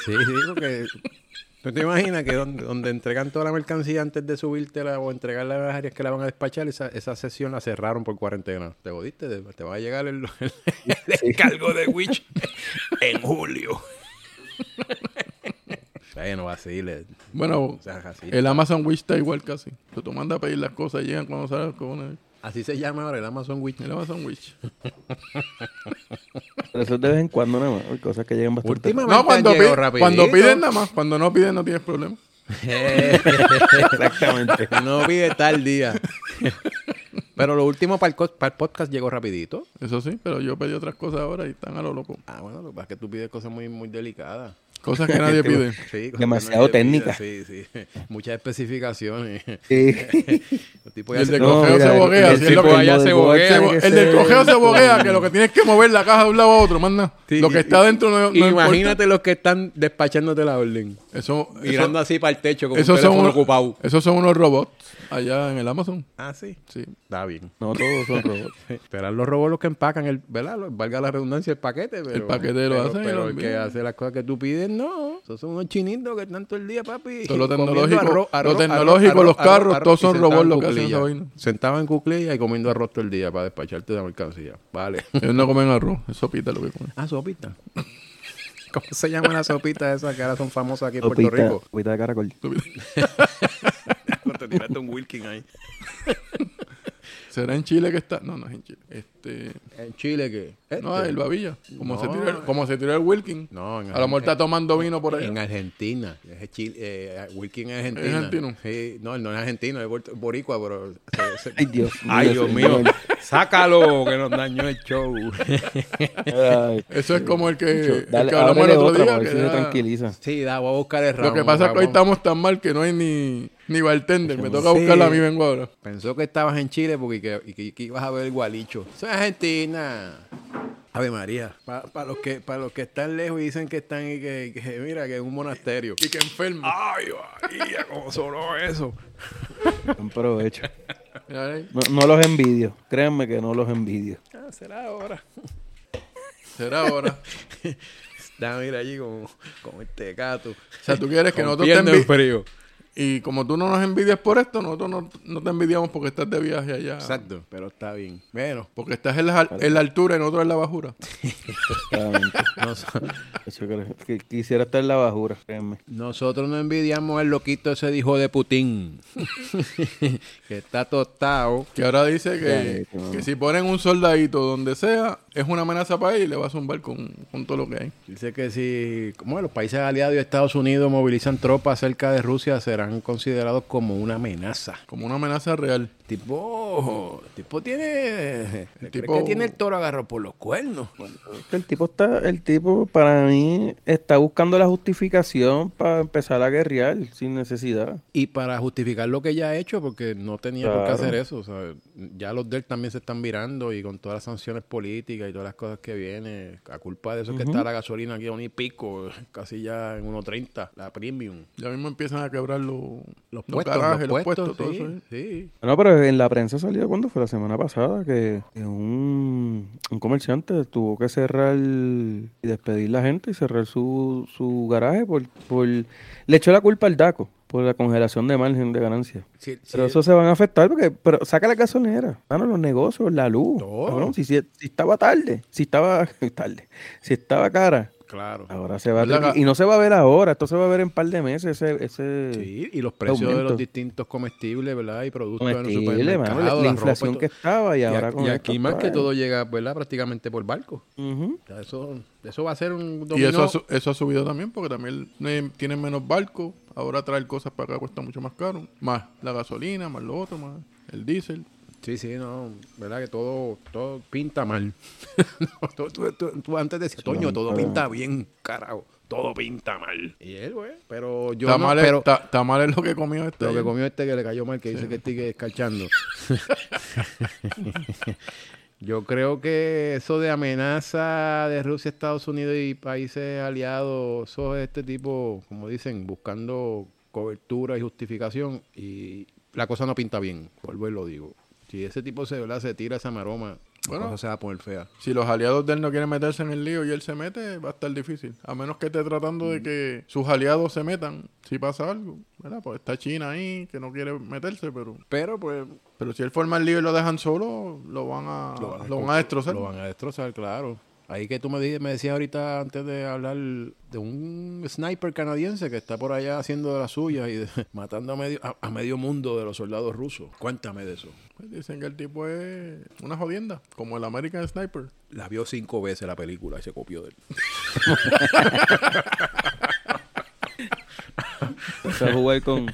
[SPEAKER 2] Sí, sí, porque tú te imaginas que donde, donde entregan toda la mercancía antes de subírtela o entregarla a las áreas que la van a despachar, esa, esa sesión la cerraron por cuarentena. Te jodiste, te, te va a llegar el, el descargo de Witch en julio. bueno, vacile.
[SPEAKER 1] Bueno,
[SPEAKER 2] O sea, así.
[SPEAKER 1] el Amazon Wish está igual casi. Tú te mandas a pedir las cosas y llegan cuando salen con
[SPEAKER 2] Así se llama ahora el Amazon Witch.
[SPEAKER 1] el Amazon Wish.
[SPEAKER 3] Pero eso es de vez en cuando nada más. Hay cosas que llegan bastante.
[SPEAKER 2] Última-
[SPEAKER 3] tarde.
[SPEAKER 1] No, cuando,
[SPEAKER 2] llegó
[SPEAKER 1] pi-
[SPEAKER 2] rapidito.
[SPEAKER 1] cuando piden nada más, cuando no piden no tienes problema.
[SPEAKER 2] Eh,
[SPEAKER 3] Exactamente.
[SPEAKER 2] no pide tal día. Pero lo último para el, cos- para el podcast llegó rapidito.
[SPEAKER 1] Eso sí, pero yo pedí otras cosas ahora y están a lo loco.
[SPEAKER 2] Ah, bueno, lo que pasa es que tú pides cosas muy, muy delicadas.
[SPEAKER 1] Cosas
[SPEAKER 2] [LAUGHS]
[SPEAKER 1] que nadie
[SPEAKER 2] Este,
[SPEAKER 1] pide.
[SPEAKER 2] sí, cosas
[SPEAKER 3] Demasiado
[SPEAKER 2] que nadie
[SPEAKER 3] técnicas.
[SPEAKER 2] pide, Sí, sí.
[SPEAKER 1] [LAUGHS]
[SPEAKER 2] Muchas especificaciones.
[SPEAKER 3] Sí.
[SPEAKER 2] El tipo
[SPEAKER 1] Y
[SPEAKER 2] ya
[SPEAKER 1] el
[SPEAKER 2] se-
[SPEAKER 1] de cogeo
[SPEAKER 3] mira,
[SPEAKER 1] se boguea.
[SPEAKER 2] el
[SPEAKER 1] si es lo
[SPEAKER 2] tipo
[SPEAKER 1] que-
[SPEAKER 2] allá se boguea,
[SPEAKER 1] se bo-
[SPEAKER 3] tiene que
[SPEAKER 1] el del
[SPEAKER 3] ser-
[SPEAKER 1] cojeo se boguea, que lo que tienes es que mover la caja de un lado a otro, manda.
[SPEAKER 2] Sí,
[SPEAKER 1] lo que
[SPEAKER 2] y-
[SPEAKER 1] está dentro no, no
[SPEAKER 2] Imagínate los que están despachándote la orden.
[SPEAKER 1] importa. Eso,
[SPEAKER 2] Mirando
[SPEAKER 1] eso-
[SPEAKER 2] así para el techo con un
[SPEAKER 1] esos, son
[SPEAKER 2] teléfono
[SPEAKER 1] unos,
[SPEAKER 2] ocupado.
[SPEAKER 1] esos son unos robots allá en el Amazon.
[SPEAKER 2] Ah, sí.
[SPEAKER 1] Sí.
[SPEAKER 2] Está bien.
[SPEAKER 3] [LAUGHS] No todos son robots.
[SPEAKER 2] [LAUGHS] Esperar los robots los que empacan, el, ¿verdad? Los- Valga la redundancia, el paquete. Pero,
[SPEAKER 1] El paquete lo
[SPEAKER 2] pero-
[SPEAKER 1] hacen y
[SPEAKER 2] Pero
[SPEAKER 1] lo
[SPEAKER 2] el que
[SPEAKER 1] envían.
[SPEAKER 2] hace las cosas que tú pides, no. Esos son unos chinitos que están todo el día, papi.
[SPEAKER 1] Todo lo
[SPEAKER 2] comiendo
[SPEAKER 1] tecnológico-
[SPEAKER 2] arroz,
[SPEAKER 1] lo
[SPEAKER 2] arroz,
[SPEAKER 1] tecnológico,
[SPEAKER 2] arroz,
[SPEAKER 1] los
[SPEAKER 2] arroz,
[SPEAKER 1] carros,
[SPEAKER 2] arroz,
[SPEAKER 1] todos
[SPEAKER 2] y
[SPEAKER 1] son
[SPEAKER 2] sentado
[SPEAKER 1] robots
[SPEAKER 2] en
[SPEAKER 1] los que hacen esa
[SPEAKER 2] cuclillas.
[SPEAKER 1] vaina.
[SPEAKER 2] Sentado en cuclillas y comiendo arroz todo el día para despacharte de mercancía.
[SPEAKER 1] [LAUGHS]
[SPEAKER 2] Vale.
[SPEAKER 1] Ellos no comen arroz, es sopita lo que comen.
[SPEAKER 2] Ah, sopita. [LAUGHS] ¿Cómo se llama la sopita esa que ahora son famosas aquí en Puerto
[SPEAKER 3] Sopita,
[SPEAKER 2] Rico?
[SPEAKER 3] sopita de caracol.
[SPEAKER 2] Te tiraste un Wilkin ahí.
[SPEAKER 1] ¿Será en Chile que está? No, no es en Chile. Este,
[SPEAKER 2] ¿En Chile qué?
[SPEAKER 1] No,
[SPEAKER 2] Este.
[SPEAKER 1] el babilla. Como,
[SPEAKER 2] No. eh.
[SPEAKER 1] se, tiró el, como se tiró el Wilkin.
[SPEAKER 2] No, en
[SPEAKER 1] a lo mejor está tomando vino por ahí.
[SPEAKER 2] En Argentina. Es Chile, eh, Wilkin es Argentina.
[SPEAKER 1] ¿Es argentino?
[SPEAKER 2] Sí, no, él no es argentino, es puerto- boricua, pero... se- se-
[SPEAKER 3] Ay, Dios
[SPEAKER 2] [LAUGHS] Ay, Dios mío. [LAUGHS]
[SPEAKER 3] señor.
[SPEAKER 2] Sácalo, que nos dañó el show.
[SPEAKER 3] Ay,
[SPEAKER 1] Eso Eh, es como el que, el que
[SPEAKER 3] Dale,
[SPEAKER 1] hablamos el
[SPEAKER 3] ábrele
[SPEAKER 1] otro
[SPEAKER 3] otra
[SPEAKER 1] día.
[SPEAKER 3] para ver
[SPEAKER 1] que
[SPEAKER 3] si se
[SPEAKER 1] era-
[SPEAKER 3] tranquiliza.
[SPEAKER 2] [LAUGHS] Sí, da, voy a buscar el ramo.
[SPEAKER 1] lo que pasa es que hoy
[SPEAKER 2] Ramón.
[SPEAKER 1] estamos tan mal que no hay ni, ni bartender. Me toca
[SPEAKER 2] Sí.
[SPEAKER 1] buscarla a mí, vengo ahora.
[SPEAKER 2] Pensó que estabas en Chile porque que, y que- que ibas a ver el gualicho. Soy Argentina. Ave María. Para los, que, para los que están lejos y dicen que están y que, que mira, que es un monasterio.
[SPEAKER 1] Y que enfermo.
[SPEAKER 2] Ay, María, cómo sonó eso.
[SPEAKER 3] Buen provecho.
[SPEAKER 1] Mira ahí.
[SPEAKER 3] No, no los envidio. Créanme que no los envidio.
[SPEAKER 2] Ah, será ahora.
[SPEAKER 1] Será ahora.
[SPEAKER 2] Está, mira allí como, como este gato.
[SPEAKER 1] O sea, tú quieres que nosotros te
[SPEAKER 2] Rompiendo el
[SPEAKER 1] envi-
[SPEAKER 2] frío.
[SPEAKER 1] Y como tú no nos envidias por esto, nosotros no, no te envidiamos porque estás de viaje allá.
[SPEAKER 2] Exacto, pero está bien. Bueno,
[SPEAKER 1] Porque estás en la, en la altura y nosotros en la bajura.
[SPEAKER 3] Claramente.
[SPEAKER 1] [LAUGHS]
[SPEAKER 2] nos-
[SPEAKER 3] Eso creo. Que- Quisiera estar en la bajura, créanme.
[SPEAKER 2] nosotros no envidiamos al loquito ese de hijo de Putin. que está tostado.
[SPEAKER 1] Que ahora dice
[SPEAKER 2] eh,
[SPEAKER 1] que,
[SPEAKER 3] Ya, ya.
[SPEAKER 1] que si ponen un soldadito donde sea, es una amenaza para él y le va a zumbar con, con todo lo que hay.
[SPEAKER 2] Dice que si como los países aliados y Estados Unidos movilizan tropas cerca de Rusia, serán considerados como una amenaza.
[SPEAKER 1] Como una amenaza real.
[SPEAKER 2] Tipo, tipo tiene, el
[SPEAKER 1] tipo-
[SPEAKER 2] que tiene el toro agarrado por los cuernos.
[SPEAKER 3] Que El tipo está, el tipo para mí está buscando la justificación para empezar a guerrear sin necesidad.
[SPEAKER 2] Y para justificar lo que ya ha hecho, porque no tenía por
[SPEAKER 3] Claro.
[SPEAKER 2] qué hacer eso. o sea, Ya los del también se están virando y con todas las sanciones políticas y todas las cosas que vienen, a culpa de eso que está la gasolina aquí a un y pico, [LAUGHS] casi ya en 1.30, la premium.
[SPEAKER 1] Ya mismo empiezan a quebrar los, los
[SPEAKER 2] Los puestos,
[SPEAKER 1] garajes,
[SPEAKER 2] los puestos,
[SPEAKER 1] todo
[SPEAKER 2] sí,
[SPEAKER 1] eso. ¿eh?
[SPEAKER 2] sí.
[SPEAKER 3] No, pero en la prensa salió cuando fue la semana pasada que, que un, un comerciante tuvo que cerrar y despedir la gente y cerrar su, su garaje por, por le echó la culpa al DACO por la congelación de margen de ganancia.
[SPEAKER 2] Sí, sí.
[SPEAKER 3] Pero eso se van a afectar porque pero saca la gasolinera, mano, los negocios, la luz.
[SPEAKER 2] Todo.
[SPEAKER 3] cabrón, si, si- si estaba tarde, si estaba [LAUGHS] tarde, si estaba cara,
[SPEAKER 2] Claro.
[SPEAKER 3] ahora se
[SPEAKER 2] Pues
[SPEAKER 3] va a
[SPEAKER 1] ¿Verdad?
[SPEAKER 3] tener- y no se va a ver ahora, esto se va a ver en un par de meses ese, ese
[SPEAKER 2] Sí, y los precios de los
[SPEAKER 3] aumento.
[SPEAKER 2] distintos comestibles, ¿verdad? Y productos en los
[SPEAKER 3] comestible, mano,
[SPEAKER 2] supermercados,
[SPEAKER 3] la, la
[SPEAKER 2] la ropa y
[SPEAKER 3] inflación
[SPEAKER 2] pues, todo.
[SPEAKER 3] que estaba y,
[SPEAKER 2] Y,
[SPEAKER 3] ahora
[SPEAKER 2] aquí-
[SPEAKER 3] con
[SPEAKER 2] y
[SPEAKER 3] esto,
[SPEAKER 2] aquí más que
[SPEAKER 3] pues,
[SPEAKER 2] todo llega, ¿verdad? Prácticamente por barco.
[SPEAKER 3] ujú.
[SPEAKER 2] [LAUGHS] O sea, eso, eso va a ser un dominó.
[SPEAKER 1] Y eso ha, su- eso ha subido también porque también eh, tienen menos barcos. Ahora traer cosas para acá cuesta mucho más caro. Más la gasolina, más lo otro, más el diésel.
[SPEAKER 2] Sí, sí, no, verdad que todo, todo pinta mal. [LAUGHS] No, tú, tú- tú- tú antes decías, Toño, todo pinta bien, carajo, todo pinta mal. Y él, güey, pero yo
[SPEAKER 1] Está
[SPEAKER 2] no,
[SPEAKER 1] mal, es-
[SPEAKER 2] pero
[SPEAKER 1] está- está mal es lo que comió este.
[SPEAKER 2] lo que
[SPEAKER 1] ayer.
[SPEAKER 2] comió este que le cayó mal, que dice que sigue escarchando. yo creo que eso de amenaza de Rusia, Estados Unidos y países aliados, eso es este tipo, como dicen, buscando cobertura y justificación y la cosa no pinta bien, vuelvo y lo digo. Si ese tipo se, ¿verdad? se tira esa maroma,
[SPEAKER 1] Bueno.
[SPEAKER 2] la cosa se va a poner fea.
[SPEAKER 1] Si los aliados de él no quieren meterse en el lío y él se mete, va a estar difícil. A menos que esté tratando
[SPEAKER 2] Mm.
[SPEAKER 1] de que sus aliados se metan, si pasa algo. ¿verdad? Pues está China ahí, que no quiere meterse, pero
[SPEAKER 2] Pero pues
[SPEAKER 1] pero si él forma el lío y lo dejan solo, lo van a, Ah, lo van a, destrozar.
[SPEAKER 2] Lo van a destrozar, claro. Ahí que tú me, di- me decías ahorita antes de hablar de un sniper canadiense que está por allá haciendo de las suyas y de- [LAUGHS] matando a medio, a, a medio mundo de los soldados rusos. Cuéntame de eso.
[SPEAKER 1] Pues dicen que el tipo es una jodienda, como el American Sniper.
[SPEAKER 2] La vio cinco veces la película y se copió de él.
[SPEAKER 3] Empezó a jugar con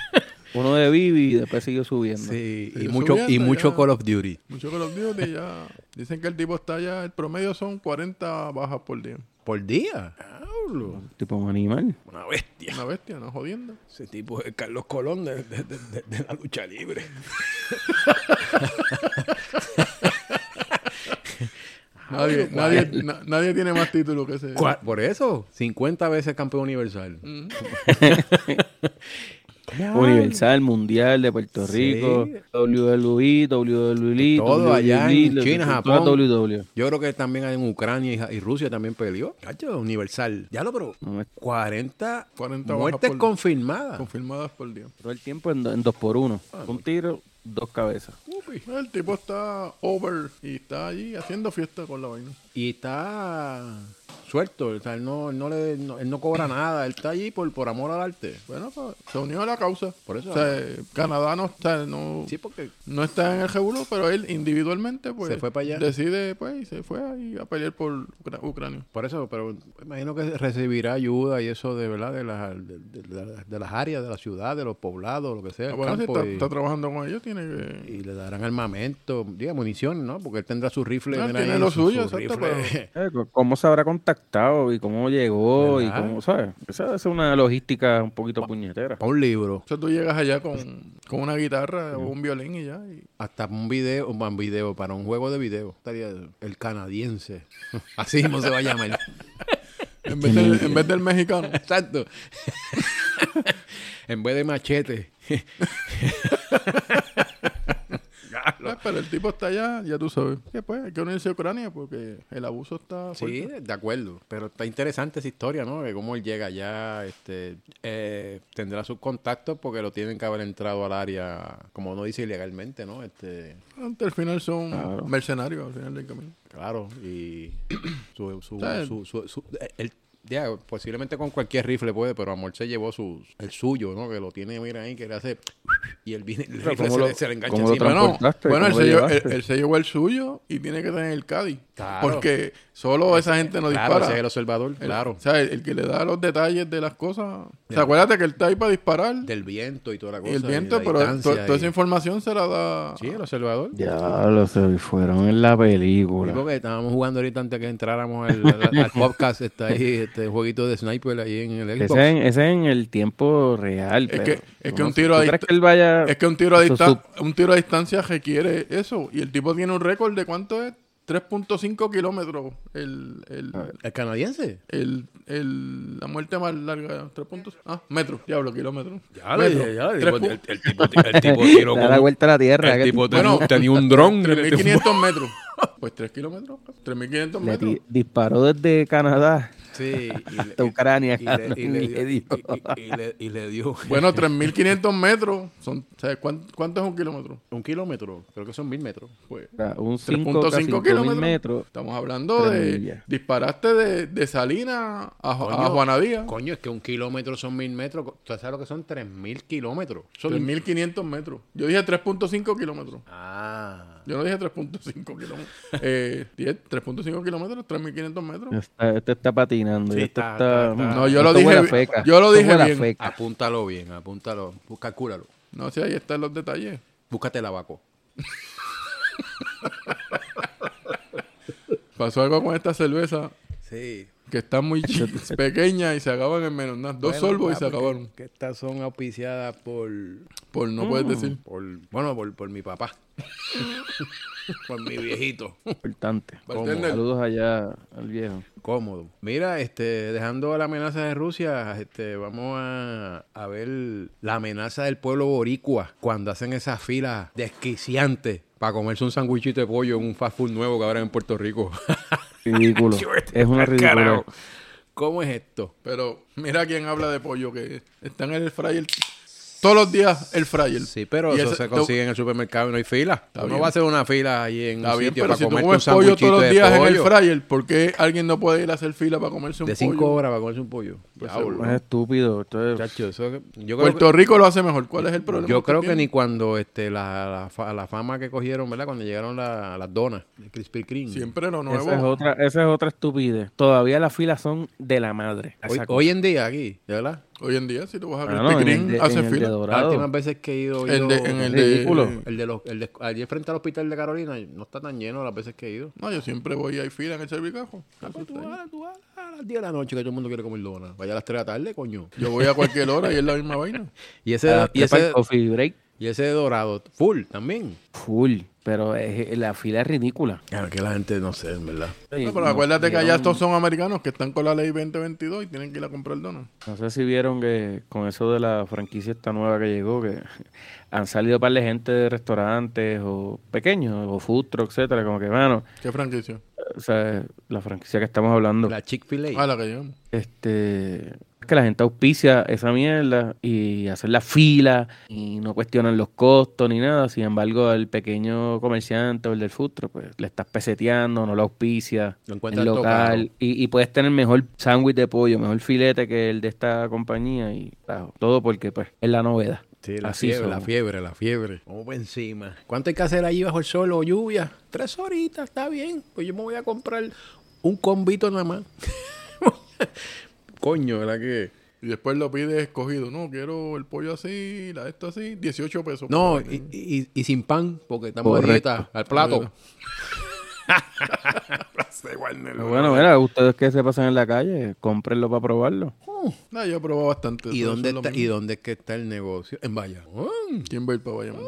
[SPEAKER 3] Uno de Vivi y después siguió subiendo.
[SPEAKER 2] Sí, y
[SPEAKER 1] Sí,
[SPEAKER 2] mucho, y
[SPEAKER 1] subiendo
[SPEAKER 2] mucho
[SPEAKER 1] ya.
[SPEAKER 2] Call of Duty.
[SPEAKER 1] Mucho Call of Duty ya. Dicen que el tipo está ya. El promedio son 40 bajas por día.
[SPEAKER 2] Por día.
[SPEAKER 3] Tipo un animal.
[SPEAKER 2] Ah, Una bestia.
[SPEAKER 1] Una bestia, no jodiendo.
[SPEAKER 2] Ese tipo es Carlos Colón de, de- de- de- de la lucha libre. Ah,
[SPEAKER 1] Nadie, nadie, na- nadie tiene más título que ese.
[SPEAKER 2] Cua- Por eso, 50 veces campeón universal.
[SPEAKER 1] Mm.
[SPEAKER 2] [LAUGHS]
[SPEAKER 1] [LAUGHS]
[SPEAKER 3] Universal, Mundial de Puerto
[SPEAKER 2] Sí.
[SPEAKER 3] Rico, E, WWE, WWE,
[SPEAKER 2] Todo allá en
[SPEAKER 3] WWE,
[SPEAKER 2] China,
[SPEAKER 3] E, toda E.
[SPEAKER 2] Japón.
[SPEAKER 3] WWE.
[SPEAKER 2] Yo creo que también en Ucrania y Ja- y, Rusia también peleó. Cacho, universal. Ya lo probó.
[SPEAKER 3] No me-
[SPEAKER 2] 40,
[SPEAKER 1] 40 bajas
[SPEAKER 2] muertes
[SPEAKER 1] por-
[SPEAKER 2] confirmadas.
[SPEAKER 1] Confirmadas por día.
[SPEAKER 3] Todo el tiempo en, do- en dos por uno.
[SPEAKER 2] Ah,
[SPEAKER 3] Un tiro, dos cabezas.
[SPEAKER 1] El tipo está over y está allí haciendo fiesta con la vaina.
[SPEAKER 2] Y está suelto. O sea, él no, él no le, no- él no cobra nada. Él está allí por, por amor al arte.
[SPEAKER 1] Bueno, pues, se unió a la causa.
[SPEAKER 2] Por eso.
[SPEAKER 1] O sea, eh, Canadá no está, no,
[SPEAKER 2] Sí, porque
[SPEAKER 1] no está en el revuelo, pero él individualmente pues,
[SPEAKER 2] Se fue para allá.
[SPEAKER 1] decide pues, y se fue ahí a pelear por Ucra- Ucrania.
[SPEAKER 2] Por eso, pero imagino que recibirá ayuda y eso de verdad de las, de, de- de las áreas, de la ciudad, de los poblados, lo que sea,
[SPEAKER 1] Ah,
[SPEAKER 2] el
[SPEAKER 1] Bueno, si
[SPEAKER 2] campo,
[SPEAKER 1] está,
[SPEAKER 2] y,
[SPEAKER 1] está trabajando con ellos, tiene que...
[SPEAKER 2] y le darán armamento, diga, municiones, ¿no? Porque él tendrá su rifle.
[SPEAKER 1] No,
[SPEAKER 2] mira
[SPEAKER 1] Ah, tiene
[SPEAKER 2] ahí,
[SPEAKER 1] lo
[SPEAKER 2] su-
[SPEAKER 1] suyo,
[SPEAKER 2] su
[SPEAKER 1] exacto,
[SPEAKER 2] rifle.
[SPEAKER 3] Eh, c- ¿Cómo se habrá contactado y cómo llegó
[SPEAKER 2] ¿Verdad?
[SPEAKER 3] y cómo, sabes? Esa es una logística un poquito puñetera.
[SPEAKER 2] [LAUGHS] Para un libro,
[SPEAKER 1] O sea, tú llegas allá con, con una guitarra o un violín y ya. y-
[SPEAKER 2] hasta un video, un buen video, para un juego de video. Estaría el canadiense. [LAUGHS] Así mismo se va a llamar.
[SPEAKER 1] en, vez del, en vez del mexicano.
[SPEAKER 2] Exacto. [LAUGHS] en vez de machete.
[SPEAKER 1] Ah, pero el tipo está allá, ya tú sabes. Que pues, hay que unirse a Ucrania porque el abuso está fuerte.
[SPEAKER 2] Sí, de acuerdo. Pero está interesante esa historia, ¿no? De cómo él llega allá, este, eh, tendrá sus contactos porque lo tienen que haber entrado al área, como uno dice, ilegalmente, ¿no? Este,
[SPEAKER 1] Ante el final son
[SPEAKER 3] Claro.
[SPEAKER 1] mercenarios al final del camino.
[SPEAKER 2] claro, y su, su,
[SPEAKER 1] Sí.
[SPEAKER 2] su- su- su- eh, él, ya, posiblemente con cualquier rifle puede, pero Amor se llevó su, el suyo, ¿no? Que lo tiene, mira ahí, que le hace... Y el, vine- el
[SPEAKER 3] Pero
[SPEAKER 2] rifle
[SPEAKER 3] ¿cómo
[SPEAKER 2] se,
[SPEAKER 3] lo-
[SPEAKER 2] le- se le engancha
[SPEAKER 3] cómo lo
[SPEAKER 2] encima.
[SPEAKER 3] tra-
[SPEAKER 1] Bueno,
[SPEAKER 3] transportaste,
[SPEAKER 1] bueno el,
[SPEAKER 3] ¿cómo lo
[SPEAKER 1] sello, el,
[SPEAKER 3] llevaste?
[SPEAKER 1] el sello es el suyo y tiene que tener el Cádiz.
[SPEAKER 2] Claro.
[SPEAKER 1] Porque solo esa gente no
[SPEAKER 2] Claro,
[SPEAKER 1] dispara.
[SPEAKER 2] ese es el observador,
[SPEAKER 1] El-
[SPEAKER 2] claro.
[SPEAKER 1] O sea, el, el que le da los detalles de las cosas. O sea, acuérdate que él está ahí para disparar.
[SPEAKER 2] Del viento y toda la cosa.
[SPEAKER 1] y el viento,
[SPEAKER 2] la
[SPEAKER 1] pero to-
[SPEAKER 2] distancia
[SPEAKER 1] toda
[SPEAKER 2] y-
[SPEAKER 1] esa información se la da.
[SPEAKER 2] Sí, el observador.
[SPEAKER 3] Ya lo se fueron en la película.
[SPEAKER 2] Digo que estábamos jugando ahorita antes que entráramos al, al-
[SPEAKER 3] [LAUGHS]
[SPEAKER 2] al podcast, está ahí este jueguito de sniper ahí en el
[SPEAKER 3] Ese
[SPEAKER 2] Xbox.
[SPEAKER 3] en, ese en el tiempo real.
[SPEAKER 1] Es
[SPEAKER 3] pero
[SPEAKER 1] que- es que
[SPEAKER 3] no
[SPEAKER 1] un
[SPEAKER 3] sé,
[SPEAKER 1] tiro a
[SPEAKER 3] ¿tú crees
[SPEAKER 1] dist-
[SPEAKER 3] que él vaya-
[SPEAKER 1] Es
[SPEAKER 3] [LAUGHS]
[SPEAKER 1] que un tiro, a
[SPEAKER 3] Eso
[SPEAKER 1] distan- un tiro a distancia requiere eso. Y el tipo tiene un récord de cuánto es 3.5 kilómetros. El, el,
[SPEAKER 2] ¿El canadiense?
[SPEAKER 1] el- el- la muerte más larga. 3.5 ah, metro. Diablo, kilómetro.
[SPEAKER 2] Ya,
[SPEAKER 1] Metro.
[SPEAKER 2] El,
[SPEAKER 1] Tres
[SPEAKER 2] tipo,
[SPEAKER 1] pu-
[SPEAKER 2] el, tipo, el tipo
[SPEAKER 3] [LAUGHS]
[SPEAKER 2] tiró
[SPEAKER 3] Da
[SPEAKER 2] con-
[SPEAKER 3] la vuelta a la tierra.
[SPEAKER 2] el
[SPEAKER 3] que-
[SPEAKER 2] tipo tenía,
[SPEAKER 1] Bueno,
[SPEAKER 2] tenía un dron. le-
[SPEAKER 1] 3.500
[SPEAKER 2] [LAUGHS]
[SPEAKER 1] metros. Pues 3 kilómetros. 3.500
[SPEAKER 3] le
[SPEAKER 1] metros.
[SPEAKER 3] di- disparó desde Canadá
[SPEAKER 2] Sí, y le-
[SPEAKER 3] hasta Ucrania.
[SPEAKER 2] y le- y le- y le-
[SPEAKER 3] le dio.
[SPEAKER 2] y- y- y le- y le dio
[SPEAKER 1] Bueno, 3.500 metros. Son, ¿sabes cuán- cuánto es un kilómetro?
[SPEAKER 2] un kilómetro, creo que son mil metros.
[SPEAKER 1] Pues,
[SPEAKER 3] O sea, un 5 casi
[SPEAKER 1] 3.5
[SPEAKER 3] mil
[SPEAKER 1] kilómetros.
[SPEAKER 3] metros.
[SPEAKER 1] Estamos hablando
[SPEAKER 3] Tres
[SPEAKER 1] de.
[SPEAKER 3] millas.
[SPEAKER 1] Disparaste de, de Salinas a, Ju- a
[SPEAKER 2] Coño,
[SPEAKER 1] Juanadía.
[SPEAKER 2] Coño, es que un kilómetro son mil metros. ¿Tú sabes lo que son tres mil kilómetros? Son
[SPEAKER 1] 3.500 metros. Yo dije 3.5 kilómetros.
[SPEAKER 2] Ah.
[SPEAKER 1] Yo no dije 3.5 kilómetros. Eh, 10, 3.5 kilómetros, 3.500 metros.
[SPEAKER 3] Está- este está patinando.
[SPEAKER 2] Sí,
[SPEAKER 3] y este
[SPEAKER 2] está-
[SPEAKER 3] está,
[SPEAKER 2] está- está.
[SPEAKER 1] No, yo lo
[SPEAKER 3] esto huele
[SPEAKER 1] dije
[SPEAKER 3] a
[SPEAKER 1] bien.
[SPEAKER 3] feca.
[SPEAKER 1] Yo lo
[SPEAKER 3] Esto
[SPEAKER 1] dije
[SPEAKER 3] huele a
[SPEAKER 1] bien. Ah,
[SPEAKER 3] feca.
[SPEAKER 2] Apúntalo bien, apúntalo. Pues Calcúlalo.
[SPEAKER 1] No sé, ahí están los detalles.
[SPEAKER 2] Búscate el abaco.
[SPEAKER 1] Pasó algo con esta cerveza
[SPEAKER 2] Sí.
[SPEAKER 1] que está muy chi- [LAUGHS] pequeña y se acaban en menos nada. Dos
[SPEAKER 2] Bueno,
[SPEAKER 1] sorbos y
[SPEAKER 2] papi,
[SPEAKER 1] se
[SPEAKER 2] que-
[SPEAKER 1] acabaron.
[SPEAKER 2] Que estas son auspiciadas por.
[SPEAKER 1] Por no puedes decir.
[SPEAKER 2] por bueno, por, por mi [LAUGHS] papá. por mi viejito.
[SPEAKER 3] Importante.
[SPEAKER 1] Bartender.
[SPEAKER 3] Saludos allá
[SPEAKER 1] [LAUGHS]
[SPEAKER 3] al viejo.
[SPEAKER 2] Cómodo. Mira, este, dejando la amenaza de Rusia, este, vamos a, a ver la amenaza del pueblo boricua cuando hacen esas filas desquiciantes para comerse un sandwichito de pollo en un fast food nuevo que habrá en Puerto Rico. [LAUGHS]
[SPEAKER 3] Ridículo. es una ridícula.
[SPEAKER 2] Carajo. ¿Cómo es esto?
[SPEAKER 1] Pero mira quién habla de pollo, que están en el fryer todos los días el fryer.
[SPEAKER 2] Sí, pero
[SPEAKER 1] Y
[SPEAKER 2] eso
[SPEAKER 1] ese-
[SPEAKER 2] se
[SPEAKER 1] tú-
[SPEAKER 2] consigue en el supermercado y no hay fila.
[SPEAKER 1] Está
[SPEAKER 2] Uno
[SPEAKER 1] bien.
[SPEAKER 2] va a hacer una fila ahí en
[SPEAKER 1] Está
[SPEAKER 2] un
[SPEAKER 1] bien,
[SPEAKER 2] sitio
[SPEAKER 1] pero
[SPEAKER 2] para
[SPEAKER 1] si tú
[SPEAKER 2] comerte un
[SPEAKER 1] comes pollo
[SPEAKER 2] sandwichito
[SPEAKER 1] todos los
[SPEAKER 2] de
[SPEAKER 1] días en el
[SPEAKER 2] pollo.
[SPEAKER 1] fryer, ¿por qué alguien no puede ir a hacer fila para comerse un
[SPEAKER 2] De cinco
[SPEAKER 1] pollo?
[SPEAKER 2] horas para comerse un pollo.
[SPEAKER 1] Pues
[SPEAKER 2] Diablo.
[SPEAKER 1] seguro.
[SPEAKER 3] Es estúpido. esto es-
[SPEAKER 2] Chacho, eso que- yo creo,
[SPEAKER 1] Puerto Rico lo hace mejor. ¿Cuál es el problema?
[SPEAKER 2] que, yo creo que
[SPEAKER 1] tiene?
[SPEAKER 2] ni cuando este, la, la, fa- la fama que cogieron, ¿verdad? Cuando llegaron la- las donas de Krispy Kreme.
[SPEAKER 1] Siempre lo nuevo.
[SPEAKER 3] Esa es, otra, esa es otra estupidez. Todavía las filas son de la madre.
[SPEAKER 2] Hoy,
[SPEAKER 3] Esa cosa.
[SPEAKER 2] hoy en día aquí, ¿verdad?
[SPEAKER 1] Hoy en día, si tú vas a
[SPEAKER 3] Ah,
[SPEAKER 1] Krispy
[SPEAKER 3] no, en el
[SPEAKER 1] Kreme,
[SPEAKER 3] de- en
[SPEAKER 1] haces
[SPEAKER 3] el de
[SPEAKER 1] fila.
[SPEAKER 3] Dorado.
[SPEAKER 2] Las últimas veces que he ido, he
[SPEAKER 1] El de-
[SPEAKER 2] ido-
[SPEAKER 1] en el
[SPEAKER 3] Es
[SPEAKER 1] de...
[SPEAKER 3] ridículo.
[SPEAKER 2] el eh, de los, el de- allí frente al hospital de Carolina, no está tan lleno las veces que he ido.
[SPEAKER 1] No, yo siempre voy y hay fila en el servicajo. Eso
[SPEAKER 2] Pues tú
[SPEAKER 1] está ahí.
[SPEAKER 2] vas, tú vas a las 10 de la noche que todo el mundo quiere comer dona. Vaya a las 3 de la tarde, coño.
[SPEAKER 1] Yo voy a cualquier hora y es la misma vaina.
[SPEAKER 2] Y ese,
[SPEAKER 3] Ah,
[SPEAKER 2] y
[SPEAKER 3] para el
[SPEAKER 2] ese,
[SPEAKER 3] coffee break,
[SPEAKER 2] y ese de dorado, full también.
[SPEAKER 3] full. Pero es- la fila es ridícula.
[SPEAKER 2] Claro, que la gente no sé, en verdad.
[SPEAKER 1] No, pero acuérdate que allá estos son americanos que están con la ley 2022 y tienen que ir a comprar donas.
[SPEAKER 3] No sé si vieron que con eso de la franquicia esta nueva que llegó, que han salido par de gente de restaurantes o pequeños, o food truck, etcétera, como que, mano,
[SPEAKER 1] ¿Qué franquicia?
[SPEAKER 3] o sea, la franquicia que estamos hablando,
[SPEAKER 2] La Chick-fil-A.
[SPEAKER 1] Ah, la que llevamos.
[SPEAKER 3] este, es que la gente auspicia esa mierda y hacer la fila y no cuestionan los costos ni nada, sin embargo, al pequeño comerciante o el del food truck, pues le estás peseteando, no lo auspicia,
[SPEAKER 2] Lo
[SPEAKER 3] el
[SPEAKER 2] encuentras todo
[SPEAKER 3] local y, y puedes tener mejor sándwich de pollo, mejor filete que el de esta compañía y claro, todo porque pues es la novedad.
[SPEAKER 2] Sí, la
[SPEAKER 3] Así
[SPEAKER 2] fiebre, la
[SPEAKER 3] somos.
[SPEAKER 2] fiebre, la fiebre. Vamos por encima. ¿Cuánto hay que hacer allí bajo el sol o lluvia? Tres horitas, está bien. Pues yo me voy a comprar un combito nada más. [LAUGHS] Coño, ¿verdad que?
[SPEAKER 1] Y después lo pides escogido. No, quiero el pollo así, la esto así, 18 pesos.
[SPEAKER 2] No, y, y- y sin pan, porque estamos
[SPEAKER 3] Correcto.
[SPEAKER 2] de dieta al plato.
[SPEAKER 3] Pero bueno, mira, ustedes que se pasan en la calle, cómprenlo para probarlo.
[SPEAKER 1] No, yo he probado bastante.
[SPEAKER 2] ¿Y
[SPEAKER 1] eso,
[SPEAKER 2] dónde,
[SPEAKER 1] eso es lo
[SPEAKER 2] está, ¿Y
[SPEAKER 1] mismo.
[SPEAKER 2] dónde es que está el negocio? En Bayamón.
[SPEAKER 1] ¿Quién va a ir para Bayamón?